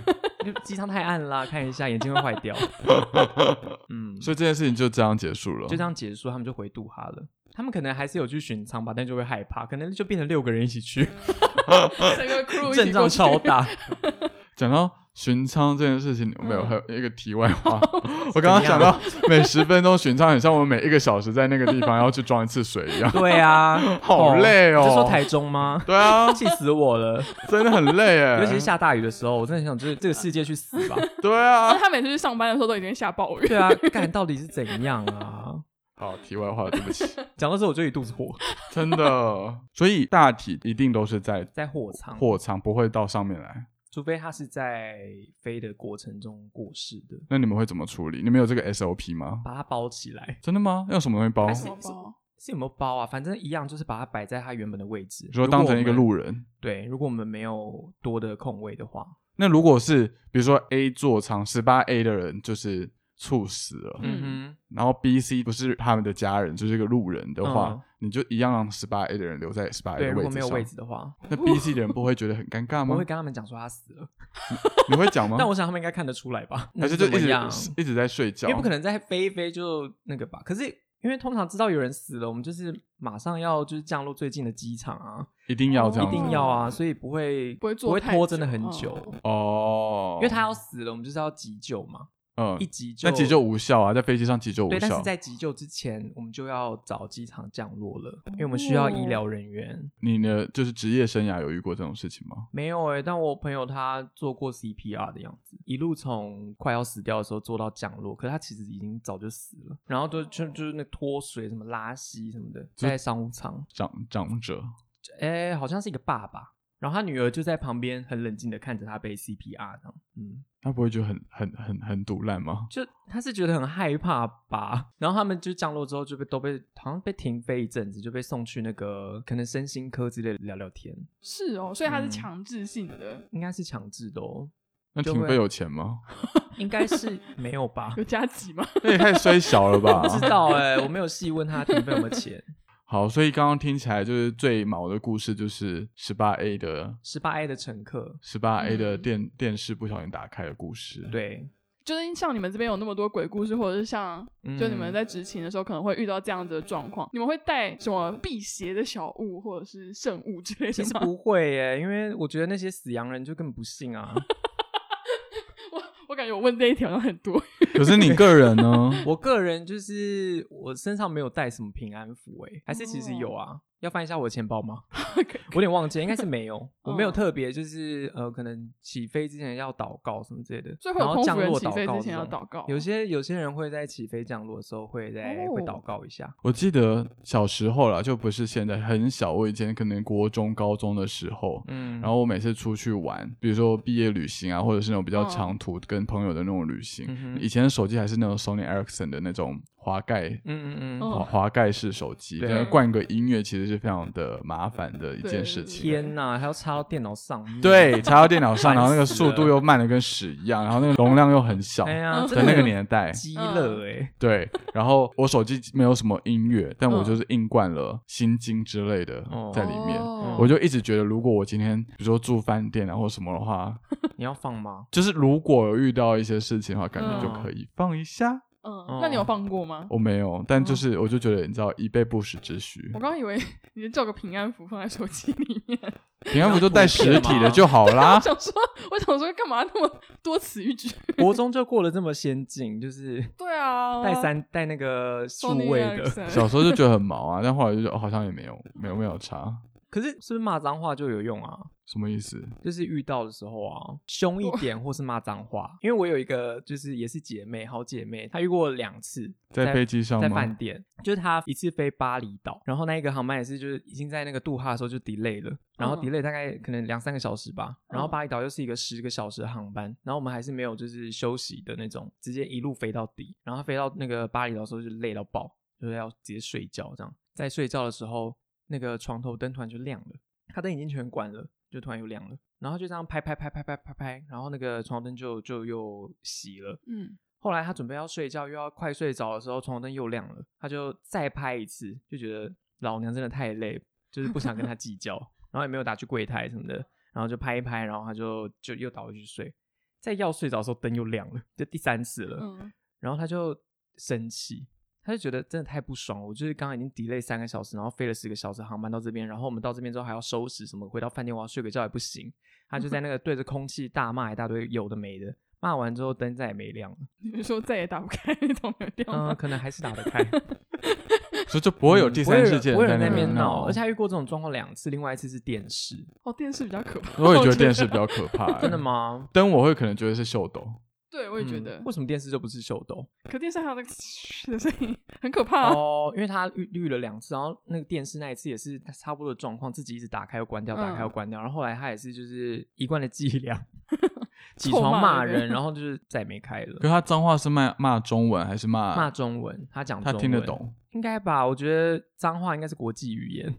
Speaker 1: 因为机舱太暗啦，看一下眼睛会坏
Speaker 2: *laughs*
Speaker 1: 掉。嗯，
Speaker 2: 所以这件事情就这样结束了。
Speaker 1: 就这样结束，他们就回杜哈了。他们可能还是有去巡仓吧，但就会害怕，可能就变成六个人一起
Speaker 3: *laughs*
Speaker 1: 去，
Speaker 3: 整个 crew 一起
Speaker 1: 阵
Speaker 3: 过
Speaker 1: 仗
Speaker 3: 去
Speaker 1: 超
Speaker 3: *laughs*
Speaker 1: 大。
Speaker 2: 讲到巡仓这件事情，我们有还有一个题外
Speaker 1: *laughs*
Speaker 2: 话。我
Speaker 1: 嗯怎
Speaker 2: 刚刚
Speaker 1: 样
Speaker 2: 想到，每十分钟巡仓，很像我们每一个小时在那个地
Speaker 1: *laughs*
Speaker 2: 方要去装一次水一样。
Speaker 1: 对啊，
Speaker 2: 好累哦
Speaker 1: 你是说台中吗？
Speaker 2: *laughs* 对啊，
Speaker 1: 气死我了！
Speaker 2: 真的很累哎、
Speaker 1: *laughs* 尤其是下大雨的时候，我真的很想就是这个世界去死
Speaker 2: *laughs*
Speaker 1: 吧。
Speaker 2: 对
Speaker 1: *laughs*
Speaker 2: 啊
Speaker 3: 那。他每次去上班的时候都已经下暴 *laughs* 雨，
Speaker 1: 对啊，干到底是怎样啊？
Speaker 2: 好，题外话，对不起，
Speaker 1: 讲到这我就一肚子火，
Speaker 2: 真的。所以大体一定都是在
Speaker 1: 在货仓，
Speaker 2: 货仓，不会到上面来。
Speaker 1: 除非他是在飞的过程中过世的，
Speaker 2: 那你们会怎么处理？你们有这个 SOP 吗？
Speaker 1: 把它包起来。
Speaker 2: 真的吗？用什么东西包
Speaker 1: 还？
Speaker 3: 什么
Speaker 1: 是
Speaker 3: 包
Speaker 1: 是有没有包啊？反正一样，就是把它摆在它原本的位置。
Speaker 2: 你说当成一个
Speaker 1: 如果我们
Speaker 2: 路人？
Speaker 1: 对，如果我们没有多的空位的话，
Speaker 2: 那如果是比如说 A 座舱十八 A 的人就是猝死了，
Speaker 1: 嗯
Speaker 2: 然后 B、C 不是他们的家人，就是一个路人的话，
Speaker 1: 嗯
Speaker 2: 你就一样让十八 A 的人留在十八
Speaker 1: 哼，
Speaker 2: A
Speaker 1: 对，
Speaker 2: 的
Speaker 1: 如
Speaker 2: 位
Speaker 1: 果
Speaker 2: 置
Speaker 1: 没有
Speaker 2: 上。
Speaker 1: 位置的话，
Speaker 2: 那 B、C 的人不会觉得很尴尬
Speaker 1: 我
Speaker 2: 吗
Speaker 1: *laughs* 会？跟他们讲说他死了，
Speaker 2: 你会讲吗？
Speaker 1: 但我想他们应该看得出来吧？
Speaker 2: 还是
Speaker 1: 那
Speaker 2: 就
Speaker 1: 怎
Speaker 2: 一
Speaker 1: 么
Speaker 2: 直
Speaker 1: 样？
Speaker 2: 一直在睡觉，
Speaker 1: 因为不可能再飞一飞就那个吧。可是因为通常知道有人死了，我们就是马上要就是降落最近的机场啊，
Speaker 2: 一定要这样
Speaker 1: 一
Speaker 2: 子，
Speaker 1: 定要啊，所以不会
Speaker 3: 不会做
Speaker 1: 不会
Speaker 3: 太
Speaker 1: 拖真的很
Speaker 3: 久嗯
Speaker 1: 久，
Speaker 2: 哦，
Speaker 1: 因为他要死了，我们就是要急救嘛，
Speaker 2: 嗯
Speaker 1: 一，急救
Speaker 2: 那急救无效啊，在飞机上急救无
Speaker 1: 对，但是
Speaker 2: 效。
Speaker 1: 在急救之前，我们就要找机场降落了，因为我们需要
Speaker 3: 哦
Speaker 1: 医疗人员。
Speaker 2: 你的就是职业生涯有遇过这种事情吗？
Speaker 1: 没有哎、但我朋友他做过 CPR 的样子，一路从快要死掉的时候做到降落，可是他其实已经早就死了，然后就就就是那脱水什么拉稀什么的，在商务舱，
Speaker 2: 长长者，
Speaker 1: 哎、好像是一个爸爸，然后他女儿就在旁边很冷静的看着他被 CPR 这样，嗯，
Speaker 2: 他不会觉得很很很很堵烂吗？
Speaker 1: 就他是觉得很害怕吧，然后他们就降落之后就被都被好像被停飞一阵子，就被送去那个可能身心科之类的聊聊天，
Speaker 3: 是哦，所以它是
Speaker 1: 嗯
Speaker 3: 强制性的，
Speaker 1: 应该是强制的哦，
Speaker 2: 那
Speaker 1: 就
Speaker 2: 停
Speaker 1: 会
Speaker 2: 飞有钱吗？
Speaker 1: 应该是没有吧
Speaker 3: 有。加急吗？ *laughs*
Speaker 2: 那也太衰小了吧！
Speaker 1: *laughs* 不知道哎、我没有细问他停费有没有
Speaker 3: *laughs*
Speaker 1: 钱。
Speaker 2: 好，所以刚刚听起来就是最毛的故事，就是十八 A 的
Speaker 1: 十八 A 的乘客，
Speaker 2: 十八 A 的
Speaker 3: 嗯
Speaker 2: 电、电视不小心打开的故事。，
Speaker 1: 对，
Speaker 3: 就是像你们这边有那么多鬼故事，或者是像
Speaker 1: 嗯
Speaker 3: 就你们在执勤的时候可能会遇到这样子的状况，你们会带什么辟邪的小物或者是圣物之类
Speaker 1: 其实
Speaker 3: 的吗？
Speaker 1: 不会耶，因为我觉得那些死洋人就根本不信
Speaker 3: *laughs*
Speaker 1: 啊。
Speaker 3: 我我感觉我问这一条很多，
Speaker 2: 可是你个人呢？
Speaker 1: 我个人就是我身上没有带什么平安符，哎，还是其实有
Speaker 3: 哦
Speaker 1: 啊。要翻一下我的钱包
Speaker 3: *laughs*
Speaker 1: 吗？我有点忘记了，应该是没有。我没有特别，就是呃，可能起飞之前要祷告什么之类的，
Speaker 3: 所以会
Speaker 1: 然
Speaker 3: 有
Speaker 1: 后
Speaker 3: 空
Speaker 1: 降
Speaker 3: 服人
Speaker 1: 落
Speaker 3: 起飞
Speaker 1: 祷告
Speaker 3: 之前要
Speaker 1: 这种
Speaker 3: 祷告。啊
Speaker 1: 有些有些人会在起飞降落的时候会在、会
Speaker 3: 哦
Speaker 1: 祷告一下。
Speaker 2: 我记得小时候啦，就不是现在，很小，我以前可能国中、高中的时候。
Speaker 1: 嗯，
Speaker 3: 哦
Speaker 2: 然后我每次出去玩，比如说毕业旅行啊，或者是那种比较长途跟朋友的那种旅行，
Speaker 1: 嗯嗯哼
Speaker 2: 以前手机还是那种 Sony Ericsson 的那种滑盖。
Speaker 1: 嗯嗯
Speaker 3: 哦
Speaker 1: 嗯，
Speaker 2: 滑滑盖式手机，
Speaker 1: 对
Speaker 2: 真的灌个音乐其实是非常的麻烦的一件事情。
Speaker 1: 天哪，还要插到电脑上面。
Speaker 2: 对，插到电脑上，
Speaker 1: *laughs* 烦
Speaker 2: 然后那个
Speaker 1: 死
Speaker 2: 速度
Speaker 1: 了
Speaker 2: 又慢的跟屎一样，然后那个容量又很小
Speaker 1: 哎
Speaker 2: 的
Speaker 1: 呀，
Speaker 3: 嗯
Speaker 1: 真的
Speaker 2: 那个年代。
Speaker 1: 鸡了哎，
Speaker 2: 对，然后我手机没有什么音乐，但我
Speaker 3: 嗯
Speaker 2: 就是硬灌了《心经》之类的
Speaker 1: 哦
Speaker 2: 在里面。
Speaker 3: 哦
Speaker 2: 我就一直觉得，如果我今天比如说住饭店啊或什么的话，
Speaker 1: 你要放吗？
Speaker 2: 就是如果有遇到一些事情的话，感觉
Speaker 1: 嗯
Speaker 2: 就可以放一下。
Speaker 3: 嗯，那你有
Speaker 1: 哦
Speaker 3: 放过吗？
Speaker 2: 我没有，但
Speaker 1: 嗯
Speaker 2: 就是我就觉得，你知道，以备不时之需
Speaker 3: 我。刚刚以为你就叫个平安符放在手机里面，
Speaker 2: 平安符就带实体的就好
Speaker 3: 我
Speaker 2: 啦。
Speaker 3: 想说，我想说干嘛那么多此一举？
Speaker 1: 国中就过得这么先进，就是
Speaker 3: 对啊，
Speaker 1: 带三带那个数
Speaker 3: Sony
Speaker 1: 位的。
Speaker 2: *laughs*
Speaker 3: Ericsson
Speaker 2: 小时候就觉得很毛啊，但后来就觉得、哦、好像也没有，没有没有差，
Speaker 1: 可是是不是骂脏话就有用啊？
Speaker 2: 什么意思？
Speaker 1: 就是遇到的时候啊，凶一点或是骂脏话。因为我有一个就是也是姐妹，好姐妹，她遇过两次
Speaker 2: 在飞机上
Speaker 1: 在
Speaker 2: 吗
Speaker 1: 饭？店，就是她一次飞巴厘岛，然后那一个航班也是就是已经在那个杜哈的时候就 delay 了，然后
Speaker 3: 嗯
Speaker 1: delay 大概可能两三个小时吧，然后
Speaker 3: 嗯
Speaker 1: 巴厘岛又是一个十个小时的航班，然后我们还是没有就是休息的那种，直接一路飞到底，然后飞到那个巴厘岛的时候就累到爆，就是要直接睡觉这样，在睡觉的时候那个床头灯突然就亮了。他灯已经全关了，就突然又亮了，然后就这样拍拍拍拍拍拍拍，然后那个床灯就就又熄了。
Speaker 3: 嗯，
Speaker 1: 后来他准备要睡觉，又要快睡着的时候，床灯又亮了，他就再拍一次，就觉得老娘真的太累，就是不想跟他计较，然后也没有打去柜台什么的，然后就拍一拍，然后他就就又倒回去睡。在要睡着的时候，灯又亮了，就第三次了。
Speaker 3: 嗯，
Speaker 1: 然后他就生气，他就觉得真的太不爽了。我就是刚刚已经 delay 三个小时，然后飞了十个小时航班到这边，然后我们到这边之后还要收拾什么，回到饭店我要睡个觉也不行。他就在那个对着空气大骂一大堆有的没的，骂完之后灯再也没亮了。
Speaker 3: 你们说再也打不开那种流量
Speaker 1: 嗯、
Speaker 3: 吗？
Speaker 1: 可能还是打得开，
Speaker 2: 所以就 *laughs* 不会有第
Speaker 1: 嗯不会
Speaker 2: 三
Speaker 1: 有
Speaker 2: 世
Speaker 1: 人
Speaker 2: 界
Speaker 1: 不会有
Speaker 2: 在
Speaker 1: 人在那边
Speaker 2: 边啊
Speaker 1: 闹。而且
Speaker 2: 且
Speaker 1: 他遇过这种状况两次，另外一次是电视，
Speaker 3: 哦，电视比较可怕。
Speaker 2: 我也觉得电视比较可怕、欸。
Speaker 1: 真的？吗？
Speaker 2: 灯我会可能觉得是秀逗，
Speaker 3: *laughs* 对，我也觉
Speaker 1: 嗯
Speaker 3: 得，
Speaker 1: 为什么电视就不是秀 *laughs* 逗？
Speaker 3: 可电视还有那个的声音，很可怕。啊
Speaker 1: 哦，因为他遇遇了两次，然后那个电视那一次也是差不多的状况，自己一直打开又关掉，打开又
Speaker 3: 嗯
Speaker 1: 关掉，然后后来他也是就是一贯的伎俩， *laughs* 起
Speaker 3: 臭
Speaker 1: 床
Speaker 3: 骂
Speaker 1: 骂
Speaker 3: 人
Speaker 1: *laughs* 人，然后就是再也没开
Speaker 2: 可是
Speaker 1: 了。
Speaker 2: 他脏话是骂骂中文还是骂
Speaker 1: 骂中文，他讲
Speaker 2: 他
Speaker 1: 中
Speaker 2: 听得
Speaker 1: 文，
Speaker 2: 懂？
Speaker 1: 应该吧？我觉得脏话应该是国际语言，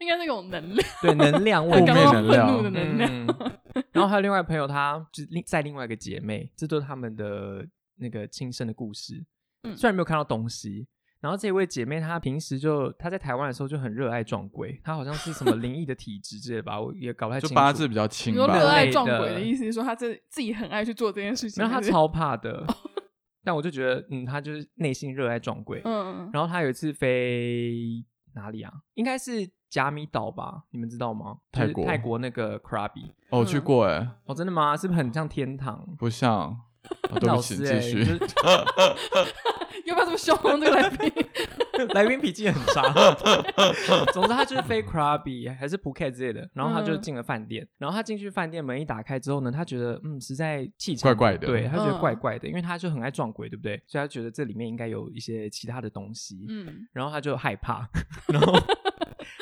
Speaker 3: 应该那种能量，
Speaker 1: 对能量
Speaker 2: *laughs*
Speaker 3: *laughs*
Speaker 2: 负
Speaker 1: 问题
Speaker 3: 感
Speaker 2: 面
Speaker 3: 到
Speaker 2: 能
Speaker 3: 愤
Speaker 2: 量
Speaker 3: 怒的能量。
Speaker 1: 嗯， *laughs* 然后还有另外一个朋友，她就是另在另外一个姐妹，这都是他们的那个亲身的故事。
Speaker 3: 嗯
Speaker 1: 虽然没有看到东西。然后这位姐妹她平时就她在台湾的时候就很热爱撞鬼，她好像是什么灵异的体质之类的吧，我也搞不太
Speaker 2: 就
Speaker 1: 清楚。
Speaker 2: 八字比较
Speaker 3: 你
Speaker 2: 轻
Speaker 3: 说
Speaker 2: 吧
Speaker 3: 热？爱
Speaker 1: 类
Speaker 3: 撞鬼
Speaker 1: 的
Speaker 3: 的意思是说他自自己很爱去做这件事情，
Speaker 1: 没有，她
Speaker 3: 还是
Speaker 1: 超怕的。
Speaker 3: 哦
Speaker 1: 但我就觉得，嗯，她就是内心热爱撞鬼。
Speaker 3: 嗯，嗯
Speaker 1: 然后她有一次飞哪里啊？应该是甲米岛吧？你们知道吗？就是
Speaker 2: 泰国
Speaker 1: 泰国那个 Krabi。
Speaker 2: 哦，我去过哎、
Speaker 1: 哦，真的吗？是不是很像天堂？*laughs*
Speaker 2: 不像。哦、对
Speaker 1: 老
Speaker 2: 不起，
Speaker 1: 师
Speaker 2: 继
Speaker 1: 哎、就
Speaker 2: 续。
Speaker 1: 是
Speaker 3: 要嗯不要这么凶？这个来宾
Speaker 1: *laughs* 来宾脾气很差。
Speaker 2: *laughs*
Speaker 1: 总之，他就是飞 Krabi 还是 Phuket 之类的，然后他就进了饭
Speaker 2: 嗯
Speaker 1: 店。然后他进去饭店，门一打开之后呢，他觉得嗯，实在气场
Speaker 2: 怪怪的
Speaker 1: 对他觉得
Speaker 3: 嗯
Speaker 1: 怪怪的，因为他就很爱撞鬼，对不对？所以他觉得这里面应该有一些其他的东西，
Speaker 3: 嗯，
Speaker 1: 然后他就害
Speaker 3: *laughs*
Speaker 1: 怕，然后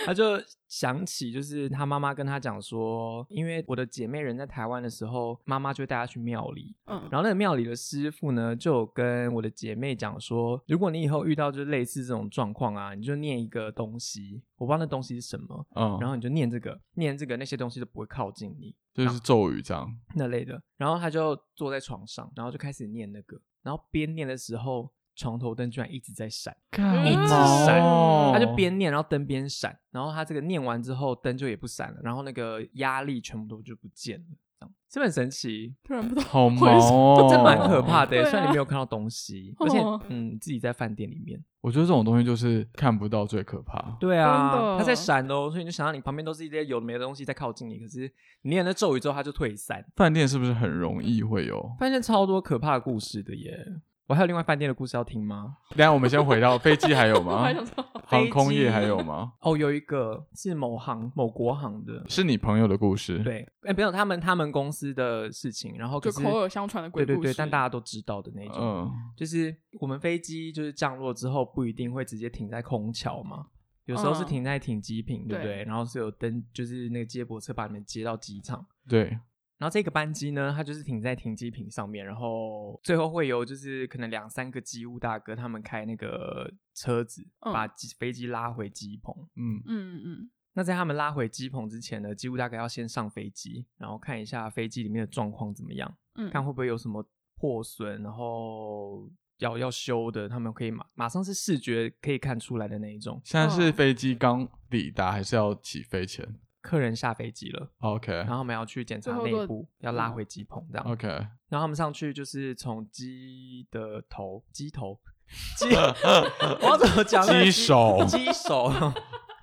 Speaker 1: 他就想起，就是他妈妈跟他讲说，因为我的姐妹人在台湾的时候，妈妈就会带她去庙里，
Speaker 3: 嗯，
Speaker 1: 然后那个庙里的师傅呢，就有跟我的姐妹讲说，如果你以后遇到就是类似这种状况啊，你就念一个东西，我不知道那东西是什么，
Speaker 2: 嗯，
Speaker 1: 然后你就念这个，念这个，那些东西就不会靠近你
Speaker 2: 就是咒语这样。
Speaker 1: 那类的。然后他就坐在床上，然后就开始念那个，然后边念的时候，床头灯居然一直在闪，
Speaker 3: 嗯
Speaker 1: 一直闪
Speaker 2: 哦
Speaker 1: 他就边念，然后灯边闪，然后他这个念完之后，灯就也不闪了，然后那个压力全部都就不见了，这样是不是很神奇？
Speaker 3: 突然不知道
Speaker 2: 好毛、
Speaker 3: 会是
Speaker 2: 哦，
Speaker 1: 这蛮可怕的、
Speaker 3: 对啊
Speaker 1: 虽然你没有看到东西，而且
Speaker 3: 哦
Speaker 1: 嗯，自己在饭店里面，
Speaker 2: 我觉得这种东西就是看不到最可怕。
Speaker 1: 对
Speaker 3: 真的
Speaker 1: 啊，它在闪哦，所以你就想到你旁边都是一些有的没的东西在靠近你，可是你念了咒语之后，它就退散。
Speaker 2: 饭店是不是很容易会有？
Speaker 1: 饭店超多可怕的故事的耶！我还有另外饭店的故事要听吗？
Speaker 2: 等一下我们先回到飞机还有
Speaker 1: *laughs*
Speaker 3: 我
Speaker 2: 吗
Speaker 3: 还？想说，
Speaker 2: 航空业还有吗？
Speaker 1: 哦，有一个是某行某国行的，
Speaker 2: 是你朋友的故事。，
Speaker 1: 对，哎，没有他们他们公司的事情，然后可
Speaker 3: 就是口耳相传的鬼
Speaker 1: 对对
Speaker 3: 故事，
Speaker 1: 对，但大家都知道的那种。
Speaker 2: 嗯，
Speaker 1: 就是我们飞机就是降落之后不一定会直接停在空桥嘛，有时候是
Speaker 3: 嗯
Speaker 1: 停在停机坪，对不
Speaker 3: 对
Speaker 1: 对？然后是有登，就是那个接驳车把你们接到机场。
Speaker 2: 对，
Speaker 1: 然后这个班机呢，它就是停在停机坪上面，然后最后会有就是可能两三个机务大哥他们开那个车子，
Speaker 3: 嗯
Speaker 1: 把机飞机拉回机棚。
Speaker 2: 嗯，
Speaker 3: 嗯嗯
Speaker 1: 那在他们拉回机棚之前呢，机务大哥要先上飞机，然后看一下飞机里面的状况怎么样。
Speaker 3: 嗯，
Speaker 1: 看会不会有什么破损，然后要要修的，他们可以马马上是视觉可以看出来的那一种。
Speaker 2: 现在是
Speaker 3: 嗯
Speaker 2: 飞机刚抵达还是要起飞前
Speaker 1: 客人下飞机了，
Speaker 2: ？OK
Speaker 1: 然后他们要去检查
Speaker 3: 最后
Speaker 1: 内
Speaker 3: 做
Speaker 1: 部，要拉
Speaker 3: 嗯
Speaker 1: 回机棚这样。
Speaker 2: OK，
Speaker 1: 然后他们上去就是从鸡的头、鸡头、
Speaker 3: *laughs*
Speaker 1: 鸡，我要怎么讲？
Speaker 2: 鸡手
Speaker 1: 鸡
Speaker 3: *laughs*
Speaker 1: 手，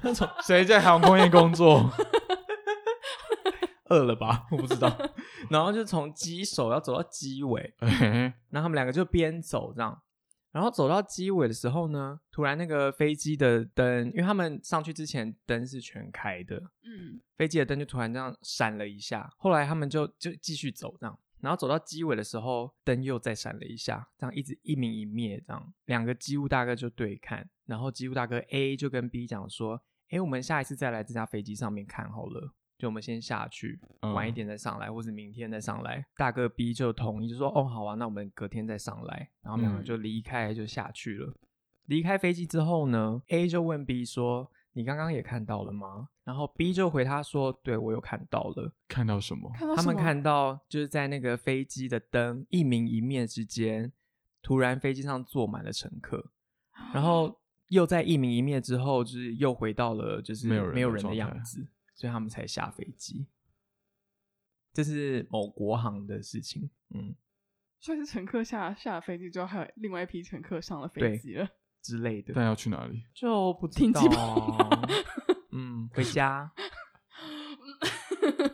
Speaker 1: 那种
Speaker 2: *laughs* 谁在航空业
Speaker 1: *laughs*
Speaker 2: 工作？
Speaker 1: 饿了吧？我不知道。然后就从鸡手要走到鸡尾，
Speaker 2: 哎
Speaker 1: 然后他们两个就边走这样，然后走到机尾的时候呢，突然那个飞机的灯，因为他们上去之前灯是全开的，
Speaker 3: 嗯
Speaker 1: 飞机的灯就突然这样闪了一下，后来他们就就继续走这样，然后走到机尾的时候，灯又再闪了一下，这样一直一明一灭这样，两个机务大哥就对看，然后机务大哥 A 就跟 B 讲说，哎，我们下一次再来这架飞机上面看好了。就我们先下去，
Speaker 2: 嗯
Speaker 1: 晚一点再上来，或是明天再上来。大哥 B 就同意，就说：“哦，好啊，那我们隔天再上来。”然后他们两个
Speaker 3: 嗯
Speaker 1: 就离开，就下去了。离开飞机之后呢，A 就问 B 说：“你刚刚也看到了吗？”然后 B 就回他说：“对我有看到了。
Speaker 2: 看到什么？”
Speaker 3: 看到
Speaker 1: 他
Speaker 3: 什
Speaker 1: 们
Speaker 3: 么
Speaker 1: 看到就是在那个飞机的灯一明一灭之间，突然飞机上坐满了乘客，然
Speaker 3: 哦
Speaker 1: 后又在一明一灭之后，就是又回到了就是
Speaker 2: 没有人的
Speaker 1: 没有人的
Speaker 2: 状态
Speaker 1: 样子，所以他们才下飞机。这是某国航的事情，嗯
Speaker 3: 所以是乘客下下了飞机之后，还有另外一批乘客上了
Speaker 1: 对
Speaker 3: 飞机了。
Speaker 1: 之类的，
Speaker 2: 但要去哪里？
Speaker 1: 就不知
Speaker 3: 停
Speaker 1: 道
Speaker 3: 机
Speaker 1: 啊。
Speaker 3: *laughs*
Speaker 1: 嗯，回家。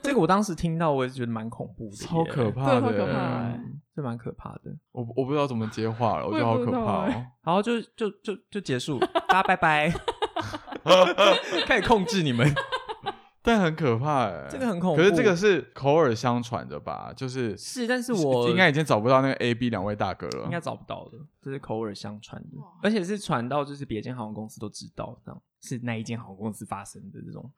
Speaker 1: 这个我当时听到，我也觉得蛮恐怖的耶，
Speaker 2: 超可怕
Speaker 3: 对好可
Speaker 2: 的
Speaker 3: 怕
Speaker 2: 欸！
Speaker 3: 欸
Speaker 1: 嗯，这蛮可怕的。
Speaker 2: 我我不知道怎么接话了，我觉得好
Speaker 3: 我也
Speaker 2: 可
Speaker 3: 不知道
Speaker 2: 怕哦
Speaker 3: 欸。
Speaker 1: 然后就就就就结束，大家拜 *laughs* 拜。开始控制你们，
Speaker 2: 但很可怕哎、
Speaker 1: 这个很恐怖
Speaker 2: 可是这个是口耳相传的吧？就是
Speaker 1: *laughs* 是但是我
Speaker 2: 应该已经找不到那个 A、B 两位大哥了。
Speaker 1: 应该找不到的，这是口耳相传的
Speaker 3: 哇，
Speaker 1: 而且是传到就是别间航空公司都知道，这样是那一间航空公司发生的这种，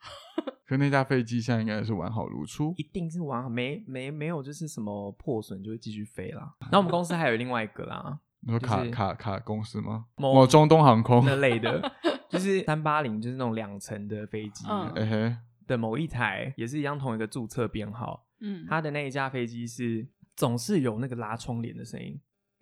Speaker 2: 可那架飞机现在应该是完好如初
Speaker 1: 一。定是完好没没没有就是什么破损就会继续飞啦。然后我们公司还有另外一个 *laughs* 啦，
Speaker 2: 你说卡、
Speaker 1: 就是
Speaker 2: 卡卡公司吗？
Speaker 1: 某
Speaker 2: 某中东航空。
Speaker 1: 那类的，就是三八零，就是那种两层的飞机
Speaker 3: 嗯
Speaker 2: 哎 *laughs* 嘿，
Speaker 1: 的某一台，也是一样同一个注册编号。
Speaker 3: 嗯，
Speaker 1: 它的那一架飞机是总是有那个拉窗帘的声音，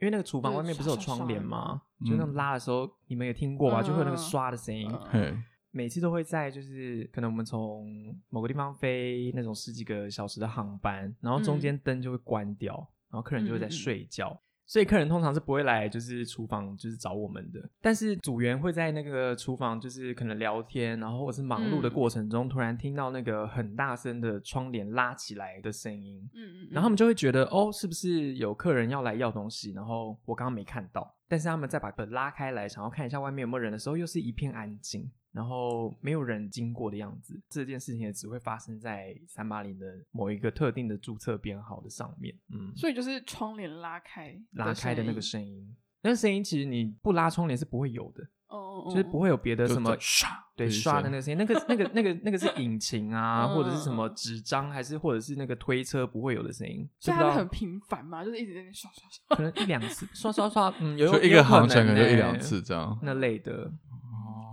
Speaker 1: 因为那个厨房
Speaker 3: 就是
Speaker 1: 外面不是有窗帘吗？就
Speaker 2: 刷刷刷
Speaker 1: 那种拉的时候，你们也听过吧？
Speaker 3: 嗯
Speaker 1: 就会有那个刷的声音。
Speaker 3: 嗯
Speaker 2: 嘿，
Speaker 1: 每次都会在就是可能我们从某个地方飞那种十几个小时的航班，然后中间灯就会关掉，然后客人就会在睡觉。所以客人通常是不会来，就是厨房就是找我们的，但是组员会在那个厨房就是可能聊天，然后或者是忙碌的
Speaker 3: 嗯
Speaker 1: 过程中，突然听到那个很大声的窗帘拉起来的声音，
Speaker 3: 嗯嗯，
Speaker 1: 然后他们就会觉得哦，是不是有客人要来要东西？然后我刚刚没看到，但是他们再把门拉开来，想要看一下外面有没有人的时候，又是一片安静，然后没有人经过的样子。这件事情也只会发生在三八零的某一个特定的注册编号的上面，嗯，
Speaker 3: 所以就是窗帘拉开
Speaker 1: 拉开的那个
Speaker 3: 声
Speaker 1: 声音，那个声音其实你不拉窗帘是不会有的，
Speaker 3: 音，哦
Speaker 1: 就是不。会有别的
Speaker 2: 就
Speaker 1: 什么
Speaker 2: 在唰
Speaker 1: 对
Speaker 2: 的一
Speaker 1: 刷的
Speaker 2: 声
Speaker 1: 那个声音，那个那个那个那个是引擎啊，
Speaker 3: 嗯
Speaker 1: 或者是什么
Speaker 3: 嗯嗯
Speaker 1: 纸张，还是或者是那个推车不会有的声音，
Speaker 3: 所以
Speaker 1: 就不
Speaker 3: 它
Speaker 1: 知道
Speaker 3: 很频繁嘛，就是一直在那刷刷刷。
Speaker 1: 可能一两次，刷刷刷，嗯，有
Speaker 2: 就一
Speaker 1: 有
Speaker 2: 个
Speaker 1: 可
Speaker 2: 航程可
Speaker 1: 能
Speaker 2: 能就
Speaker 1: 欸
Speaker 2: 一两次这样。哦
Speaker 1: 那类的，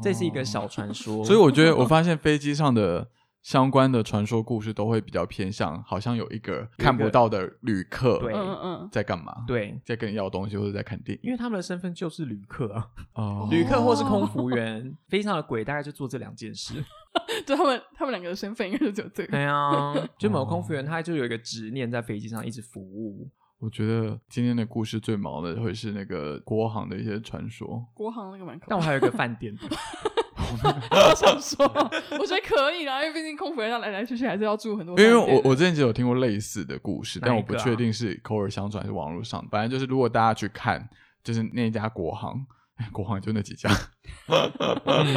Speaker 1: 这是一个小传说。
Speaker 2: 所以我觉得，我发现飞机上的相关的传说故事都会比较偏向，好像有一个看不到的旅客
Speaker 1: 对
Speaker 3: 嗯嗯
Speaker 2: 在干嘛，，
Speaker 1: 对，
Speaker 2: 在跟你要东西或者在看电影。
Speaker 1: 因为他们的身份就是旅客啊，
Speaker 2: 哦
Speaker 1: 旅客或是空服员，飞上的鬼大概就做这两件事。
Speaker 3: 嗯，就他们他们两个的身份应该就只有这个。
Speaker 1: 对啊， *laughs* 就某空服
Speaker 2: 哦
Speaker 1: 员他就有一个执念，在飞机上一直服务。
Speaker 2: 我觉得今天的故事最毛的会是那个国航的一些传说。
Speaker 3: 国航那个蛮可
Speaker 1: 但我
Speaker 3: 怕的，
Speaker 1: 还有一个饭
Speaker 2: *laughs*
Speaker 1: 店的，
Speaker 3: *laughs* 我想说，我觉得可以啦，因为毕竟空服人要来来去去还是要住很多
Speaker 2: 因
Speaker 3: 饭
Speaker 2: 为
Speaker 3: 店的。
Speaker 2: 我我之前就有听过类似的故事，
Speaker 1: 哪一
Speaker 2: 但
Speaker 1: 个啊
Speaker 2: 我不确定是口耳相传还是网络上。反正就是如果大家去看，就是那家国航， *laughs* 国航就那几家，
Speaker 1: 嗯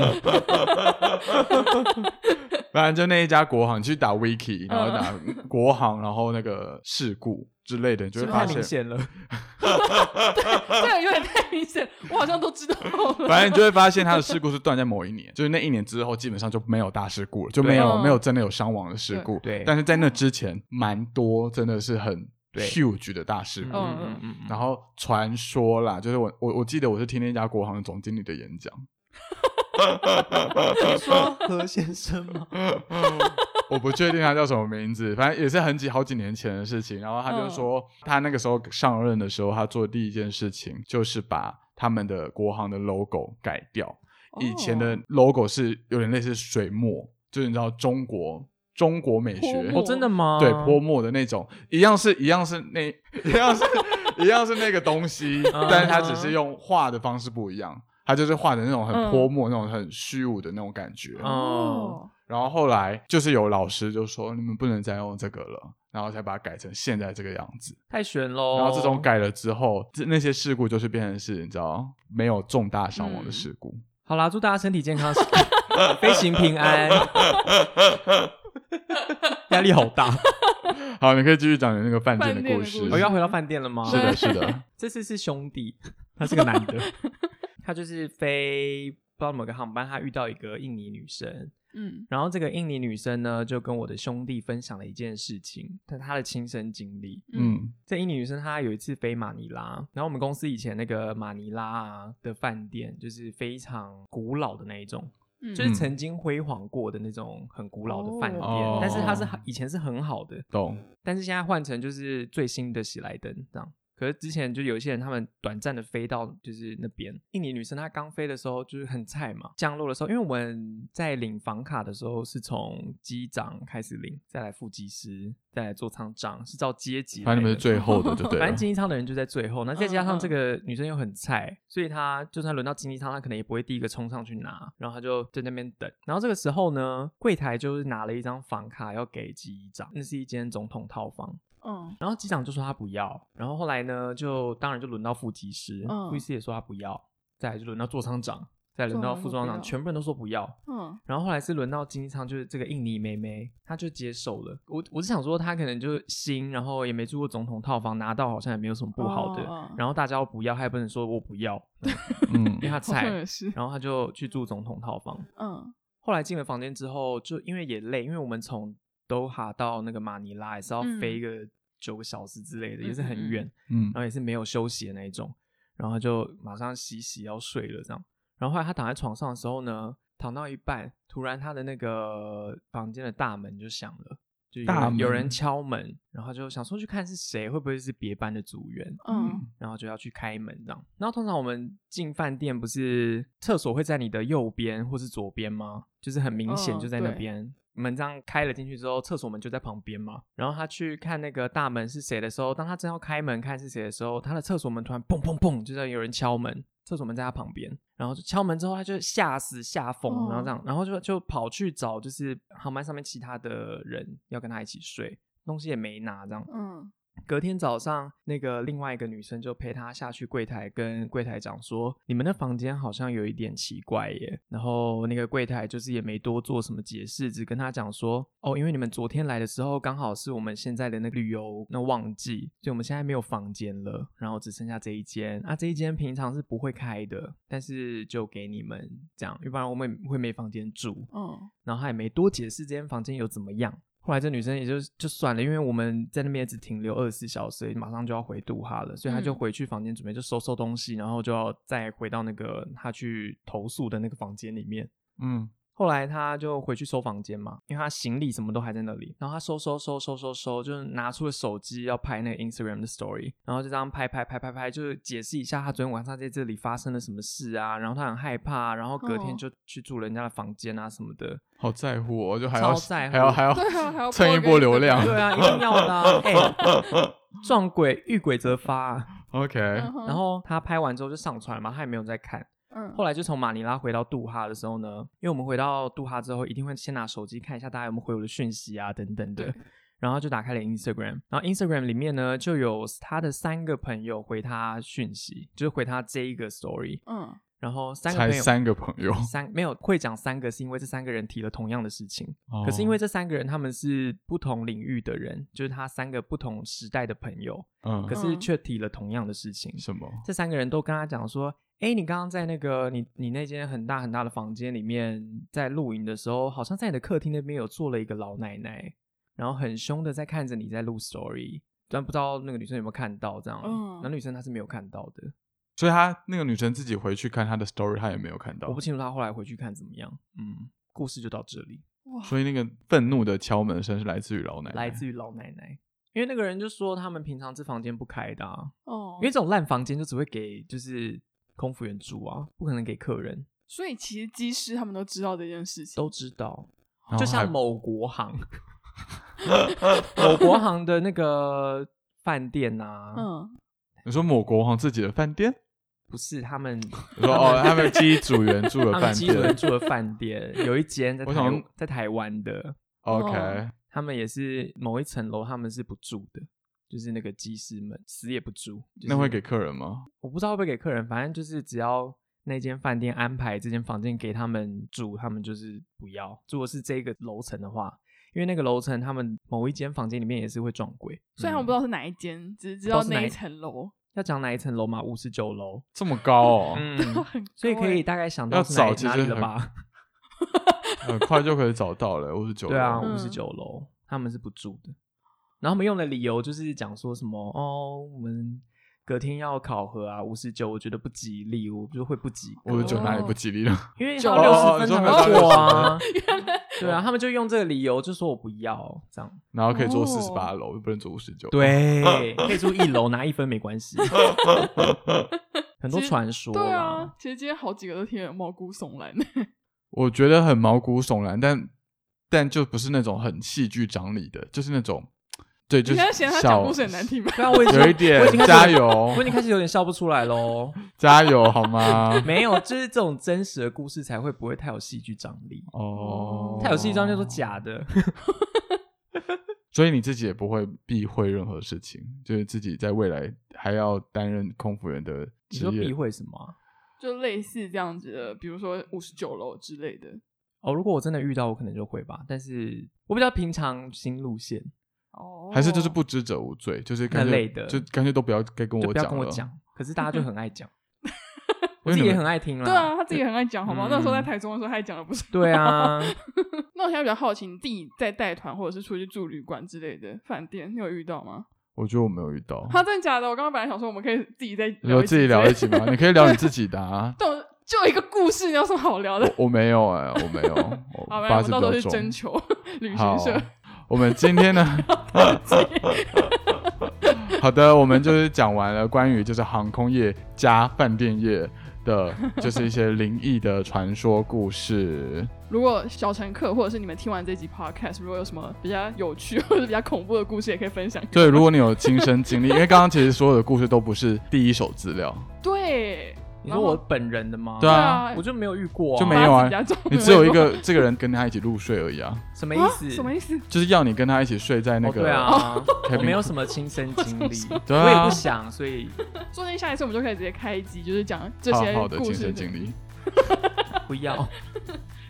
Speaker 2: 反正就那一家国航，你去打 wiki，然后打国航，然后那个事故，之类的，你就会
Speaker 3: 是
Speaker 2: 发
Speaker 1: 太
Speaker 3: 吗
Speaker 1: 明
Speaker 2: 现，
Speaker 1: 显了，
Speaker 3: 这个有点太明显，我好像都知道
Speaker 1: *laughs*
Speaker 3: 了。
Speaker 2: 反正你就会发现它的事故是断在某一年，就是那一年之后基本上就没有大事故了，就没有、
Speaker 3: 嗯
Speaker 2: 没有真的有伤亡的事故。
Speaker 1: 对对
Speaker 2: 但是在那之前，蛮多真的是很
Speaker 1: 对
Speaker 2: huge 的大事故。
Speaker 3: 嗯
Speaker 1: 嗯嗯
Speaker 2: 然后传说啦，就是我我我记得我是听那家国航的总经理的演讲，
Speaker 1: 你嗯 *laughs* 说何先生吗？
Speaker 2: 我不确定他叫什么名字，反正也是很几好几年前的事情。然后他
Speaker 3: 嗯
Speaker 2: 就说，他那个时候上任的时候，他做的第一件事情就是把他们的国航的 logo 改掉。以前的
Speaker 3: 哦
Speaker 2: logo 是有点类似水墨，就是你知道中国中国美
Speaker 3: 泼
Speaker 2: 学
Speaker 3: 墨
Speaker 1: 哦，真的吗？
Speaker 2: 对泼墨的那种，一样是一样是那一样是一样是那个东西，
Speaker 1: 嗯
Speaker 2: 但是它只是用画的方式不一样，它就是画的那种很
Speaker 3: 嗯
Speaker 2: 泼墨、那种很虚无的那种感觉。
Speaker 1: 嗯
Speaker 3: 哦，
Speaker 2: 然后后来就是有老师就说你们不能再用这个了，然后才把它改成现在这个样子。
Speaker 1: 太悬喽。
Speaker 2: 然后这种改了之后，这那些事故就是变成是你知道没有重大伤亡的
Speaker 3: 嗯
Speaker 2: 事故。
Speaker 1: 好啦，祝大家身体健康， *laughs* 飞行平 *laughs* 安。压力好大，
Speaker 2: 好，你可以继续讲你那个饭店
Speaker 3: 饭
Speaker 2: 的
Speaker 3: 店
Speaker 2: 故
Speaker 3: 的
Speaker 2: 事。哦
Speaker 3: 故
Speaker 1: 我、
Speaker 3: 事
Speaker 1: 要回到饭店了吗？
Speaker 2: 是的，
Speaker 1: *laughs*
Speaker 2: 是的，
Speaker 1: 这次是兄弟，他是个男的， *laughs* 他就是飞不知道某个航班，他遇到一个印尼女生，
Speaker 3: 嗯，
Speaker 1: 然后这个印尼女生呢就跟我的兄弟分享了一件事情，她她的亲身经历。
Speaker 3: 嗯
Speaker 2: 嗯
Speaker 1: 这印尼女生她有一次飞马尼拉，然后我们公司以前那个马尼拉啊的饭店就是非常古老的那一种，
Speaker 3: 嗯，
Speaker 1: 就是曾经辉煌过的那种很古老的饭店，
Speaker 2: 哦
Speaker 1: 但是它是以前是很好的，
Speaker 2: 懂。
Speaker 1: 但是现在换成就是最新的喜来登这样。可是之前就有一些人，他们短暂的飞到就是那边，印尼女生她刚飞的时候就是很菜嘛，降落的时候，因为我们在领房卡的时候是从机长开始领，再来副机师，再来座舱长，是照阶级来的。
Speaker 2: 反正你们是最后的，就
Speaker 1: *laughs*
Speaker 2: 对了。啊
Speaker 1: 反正经济舱的人就在最后，那再加
Speaker 3: 嗯
Speaker 1: 上
Speaker 3: 嗯
Speaker 1: 这个女生又很菜，所以她就算轮到经济舱，她可能也不会第一个冲上去拿，然后她就在那边等。然后这个时候呢，柜台就是拿了一张房卡要给机长，那是一间总统套房。
Speaker 3: 嗯
Speaker 1: 然后机长就说他不要，然后后来呢，就当然就轮到副机师，
Speaker 3: 嗯
Speaker 1: 副机师也说他不要，再来就轮到座舱长，再来轮到副座舱
Speaker 3: 座舱长
Speaker 1: 长，
Speaker 3: 都不要
Speaker 1: 全部人都说不要。
Speaker 3: 嗯
Speaker 1: 然后后来是轮到金仓，就是这个印尼妹妹，她就接受了。我我是想说，她可能就是新，然后也没住过总统套房，拿到好像也没有什么不好的。
Speaker 3: 哦哦
Speaker 1: 然后大家要不要，她也不能说我不要，因为 *laughs*
Speaker 3: *laughs*
Speaker 2: 嗯，
Speaker 1: 她
Speaker 3: 好像
Speaker 1: 菜
Speaker 3: 也。是，
Speaker 1: 然后她就去住总统套房。
Speaker 3: 嗯
Speaker 1: 后来进了房间之后，就因为也累，因为我们从都哈到那个马尼拉也是要
Speaker 3: 嗯
Speaker 1: 飞个九个小时之类的，
Speaker 3: 嗯
Speaker 1: 也是很远。
Speaker 2: 嗯
Speaker 1: 然，后也是没有休息的那一种，然后他就马上洗洗要睡了这样。然后后来他躺在床上的时候呢，躺到一半，突然他的那个房间的大门就响了，就有
Speaker 2: 大
Speaker 1: 人有
Speaker 2: 门
Speaker 1: 人敲门，然后就想说去看是谁，会不会是别班的组员，
Speaker 3: 嗯
Speaker 1: 然后就要去开门这样。然后通常我们进饭店不是厕所会在你的右边或是左边吗？就是很明显
Speaker 3: 嗯
Speaker 1: 就在那
Speaker 3: 对
Speaker 1: 边。门这样开了进去之后，厕所门就在旁边嘛。然后他去看那个大门是谁的时候，当他正要开门看是谁的时候，他的厕所门突然砰砰砰，就是有人敲门，厕所门在他旁边。然后就敲门之后，他就吓死吓疯，然后这样，然后就就跑去找就是航班上面其他的人要跟他一起睡，东西也没拿这样。
Speaker 3: 嗯
Speaker 1: 隔天早上，那个另外一个女生就陪她下去柜台，跟柜台讲说：“你们的房间好像有一点奇怪耶。”然后那个柜台就是也没多做什么解释，只跟她讲说：“哦，因为你们昨天来的时候刚好是我们现在的那个旅游那旺季，所以我们现在没有房间了，然后只剩下这一间。啊，这一间平常是不会开的，但是就给你们这样，要不然我们会没房间住。”
Speaker 3: 嗯
Speaker 1: 然后他也没多解释这间房间有怎么样。后来这女生也就就算了，因为我们在那边也只停留二十四小时，马上就要回杜哈了，所以她就
Speaker 3: 嗯
Speaker 1: 回去房间准备就收收东西，然后就要再回到那个她去投诉的那个房间里面。
Speaker 2: 嗯，
Speaker 1: 后来她就回去收房间嘛，因为她行李什么都还在那里。然后她收收收收收收，就是拿出了手机要拍那个 Instagram 的 story，然后就这样拍拍拍拍拍，就是解释一下她昨天晚上在这里发生了什么事啊，然后她很害怕啊、然后隔天
Speaker 3: 哦
Speaker 1: 就去住人家的房间啊什么的。
Speaker 2: 好在乎、哦，就还要
Speaker 1: 超在乎
Speaker 2: 还要还要
Speaker 3: 对啊还要
Speaker 2: 蹭一
Speaker 3: 播
Speaker 2: 波
Speaker 3: 给
Speaker 2: 流量。
Speaker 1: 对啊，一定要的、
Speaker 2: *laughs*
Speaker 1: 啊。哎撞鬼遇鬼则发、啊。
Speaker 2: OK，
Speaker 1: 然后他拍完之后就上传了嘛，他也没有在看。
Speaker 3: 嗯
Speaker 1: 后来就从马尼拉回到杜哈的时候呢，因为我们回到杜哈之后，一定会先拿手机看一下大家有没有回我的讯息啊，等等的
Speaker 3: 对。
Speaker 1: 然后就打开了 Instagram，然后 Instagram 里面呢就有他的三个朋友回他讯息，就是回他这一个 story。
Speaker 3: 嗯
Speaker 1: 然后三个
Speaker 2: 才
Speaker 1: 朋友，
Speaker 2: 三个朋友，
Speaker 1: *laughs* 三没有会讲三个，是因为这三个人提了同样的事情。
Speaker 2: 哦
Speaker 1: 可是因为这三个人他们是不同领域的人，就是他三个不同时代的朋友，
Speaker 2: 嗯
Speaker 1: 可是
Speaker 3: 嗯
Speaker 1: 却提了同样的事情。
Speaker 2: 什么
Speaker 1: 这三个人都跟他讲说：“哎，你刚刚在那个你你那间很大很大的房间里面，在露营的时候，好像在你的客厅那边有坐了一个老奶奶，然后很凶的在看着你在录 story，但不知道那个女生有没有看到这样。
Speaker 3: 嗯
Speaker 1: 然后女生她是没有看到的，
Speaker 2: 所以她那个女生自己回去看她的 story，她也没有看到
Speaker 1: 我不。清楚她后来回去看怎么样。嗯，故事就到这里，
Speaker 3: 哇，
Speaker 2: 所以那个愤怒的敲门声是来自于老奶奶，
Speaker 1: 来自于老奶奶。”因为那个人就说他们平常这房间不开的、啊，
Speaker 3: 哦，
Speaker 1: 因为这种烂房间就只会给就是空服员住啊，不可能给客人。
Speaker 3: 所以其实机师他们都知道这件事情，
Speaker 1: 都知道，
Speaker 2: 然后
Speaker 1: 就
Speaker 2: 还
Speaker 1: 像某国
Speaker 2: *laughs*
Speaker 1: 行，某国行的那个饭店啊，
Speaker 3: 嗯，
Speaker 2: 你说某国皇自己的饭店，
Speaker 1: 不是他们
Speaker 2: *laughs* 你说哦，他们机组员住的
Speaker 1: 他们
Speaker 2: 饭
Speaker 1: 基督人
Speaker 2: 店
Speaker 1: 住的饭
Speaker 2: *laughs*
Speaker 1: 店，有一间在
Speaker 2: 我
Speaker 1: 台
Speaker 2: 想
Speaker 1: 在台湾的，
Speaker 3: 哦
Speaker 2: ，OK，
Speaker 1: 他们也是某一层楼，他们是不住的。就是那个技师们死也不住，就是
Speaker 2: 那会给客人吗？
Speaker 1: 我不知道会不会给客人，反正就是只要那间饭店安排这间房间给他们住，他们就是不要。如果是这个楼层的话，因为那个楼层他们某一间房间里面也是会撞鬼，
Speaker 3: 虽然
Speaker 1: 嗯
Speaker 3: 我不知道是哪一间，只是知
Speaker 1: 不
Speaker 3: 道
Speaker 1: 知道是
Speaker 3: 那
Speaker 1: 哪
Speaker 3: 一
Speaker 1: 一
Speaker 3: 层楼，
Speaker 1: 要讲哪一层楼嘛，五十九楼，
Speaker 2: 这么高哦，
Speaker 1: 嗯，
Speaker 3: 很高
Speaker 1: 所以可以
Speaker 3: 欸
Speaker 1: 大概想
Speaker 2: 要
Speaker 1: 到是哪
Speaker 2: 找其
Speaker 1: 哪
Speaker 2: 实
Speaker 1: 里了
Speaker 2: 很
Speaker 1: 吧？
Speaker 2: 很快就可以找到了，五十九。
Speaker 1: 对啊，
Speaker 3: 嗯
Speaker 1: 五十九楼他们是不住的，然后他们用的理由就是讲说什么哦，我们隔天要考核啊，五十九我觉得不吉利，我就会不及格，
Speaker 2: 五十九哪里不吉利了？
Speaker 1: 因为
Speaker 3: 九
Speaker 1: 他
Speaker 3: 哦
Speaker 1: 六
Speaker 3: 哦
Speaker 1: 十分
Speaker 2: 你说
Speaker 1: 才
Speaker 2: 没有到
Speaker 1: 能过啊，
Speaker 3: 原来
Speaker 1: *laughs* 对啊，他们就用这个理由就说我不要这样，
Speaker 2: 然后可以坐
Speaker 3: 哦
Speaker 2: 四十八楼，又不能坐五十九。，
Speaker 1: 对，可以住一楼拿一分没关
Speaker 2: *laughs*
Speaker 1: 系，很多传说
Speaker 3: 对
Speaker 1: 啦
Speaker 3: 啊，，其实今天好几个都听得毛骨悚然。
Speaker 2: 我觉得很毛骨悚然，但但就不是那种很戏剧张力的，就是那种对，就
Speaker 3: 你
Speaker 2: 是
Speaker 3: 现在嫌他
Speaker 2: 小
Speaker 3: 讲故事很难听吧？
Speaker 1: 对啊，我已经
Speaker 2: 有一
Speaker 1: 我
Speaker 2: 点
Speaker 1: 已经开始
Speaker 2: 加
Speaker 1: 我
Speaker 2: 油
Speaker 1: 已经开始有点笑不出来喽。
Speaker 2: 加油好吗？
Speaker 1: 没有，就是这种真实的故事才会不会太有戏剧张力。
Speaker 2: 哦，
Speaker 1: 太有戏剧张力都假的，
Speaker 2: 所以你自己也不会避讳任何事情，就是自己在未来还要担任空服员的
Speaker 1: 你
Speaker 2: 职
Speaker 1: 说
Speaker 2: 业
Speaker 1: 避。讳什么啊、
Speaker 3: 就类似这样子的，比如说五十九楼之类的。
Speaker 1: 哦，如果我真的遇到，我可能就会吧。但是我比较平常心路线，
Speaker 3: 哦，
Speaker 2: 还是就是不知者无罪，就是干
Speaker 1: 那
Speaker 2: 脆
Speaker 1: 类的
Speaker 2: 就干脆都不要该跟
Speaker 1: 就
Speaker 2: 我
Speaker 1: 不要
Speaker 2: 讲
Speaker 1: 跟我
Speaker 2: 了。
Speaker 1: 讲。可是大家就很爱
Speaker 2: *laughs*
Speaker 1: 讲，
Speaker 2: 因
Speaker 1: 我
Speaker 2: 为
Speaker 1: 自
Speaker 2: 你
Speaker 1: 己也
Speaker 2: 们
Speaker 1: 很爱听啦。
Speaker 3: 对啊，他自己很爱讲，好吗？
Speaker 1: 嗯
Speaker 3: 那时候在台中的时候，他也讲的不是。
Speaker 1: 对，啊，
Speaker 3: *laughs* 那我现在比较好奇，你自己在带团或者是出去住旅馆之类的饭店，你有遇到吗？
Speaker 2: 我觉得我没有遇到。
Speaker 3: 他真的假的？我刚刚本来想说我们可以自己再
Speaker 2: 你说哦
Speaker 3: 一集
Speaker 2: 自己聊一
Speaker 3: *laughs*
Speaker 2: 起吗？你可以聊你自
Speaker 3: 己。
Speaker 2: 己的啊。
Speaker 3: 但我就一个故事，你有什么好聊的？
Speaker 2: 我没有哎、我没有。我
Speaker 3: *laughs* 好，吧，
Speaker 2: 八
Speaker 3: 我们
Speaker 2: 字
Speaker 3: 到
Speaker 2: 比
Speaker 3: 时
Speaker 2: 较
Speaker 3: 候去
Speaker 2: 重。
Speaker 3: 征求 *laughs* 旅
Speaker 2: 好
Speaker 3: 行社。，
Speaker 2: 我们今天
Speaker 3: *laughs*
Speaker 2: 呢？ *laughs* 好的，我们就是讲完了关于就是航空业加饭店业的，就是一些灵异的传说故事。
Speaker 3: 如果小乘客或者是你们听完这集 podcast，如果有什么比较有趣 *laughs* 或者比较恐怖的故事，也可以分享。
Speaker 2: 对，如果你有亲身经历，因为刚刚其实所有的故事都不是第一手资料，
Speaker 3: 对，
Speaker 1: 你说我本人的吗？
Speaker 2: 对啊
Speaker 3: 啊
Speaker 1: 我就没有遇过、啊，
Speaker 2: 就没有啊
Speaker 3: 八字比较重
Speaker 2: 你只有一个这个人跟他一起入睡而已啊，
Speaker 1: 什么意
Speaker 3: *laughs* 啊
Speaker 1: 思？
Speaker 3: 什么意思？
Speaker 2: 就是要你跟他一起睡在那
Speaker 1: 哦，
Speaker 2: 个。
Speaker 1: 对啊，
Speaker 2: cabin
Speaker 1: 我没有什么亲身
Speaker 3: *laughs*
Speaker 1: 经历，
Speaker 2: 对啊
Speaker 1: 我也不想，所以
Speaker 3: 说不定下一次我们就可以直接开一集，就是讲这
Speaker 2: 好
Speaker 3: 些
Speaker 2: 好的
Speaker 3: 故
Speaker 2: 亲
Speaker 3: 事
Speaker 2: 身。经历，
Speaker 1: 不要。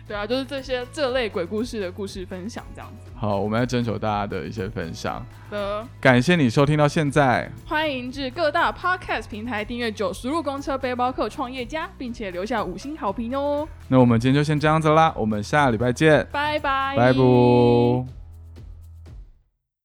Speaker 3: 对啊，就是这些这类鬼故事的故事分享这样子
Speaker 2: 好，我们要征求大家的一些分享，
Speaker 3: 的。
Speaker 2: 感谢你收听到现在，
Speaker 3: 欢迎至各大 podcast 平台订阅《九十路公车背包客创业家》，并且留下五星好评哦。
Speaker 2: 那我们今天就先这样子啦，我们下礼拜见，
Speaker 3: 拜拜，
Speaker 2: 拜拜。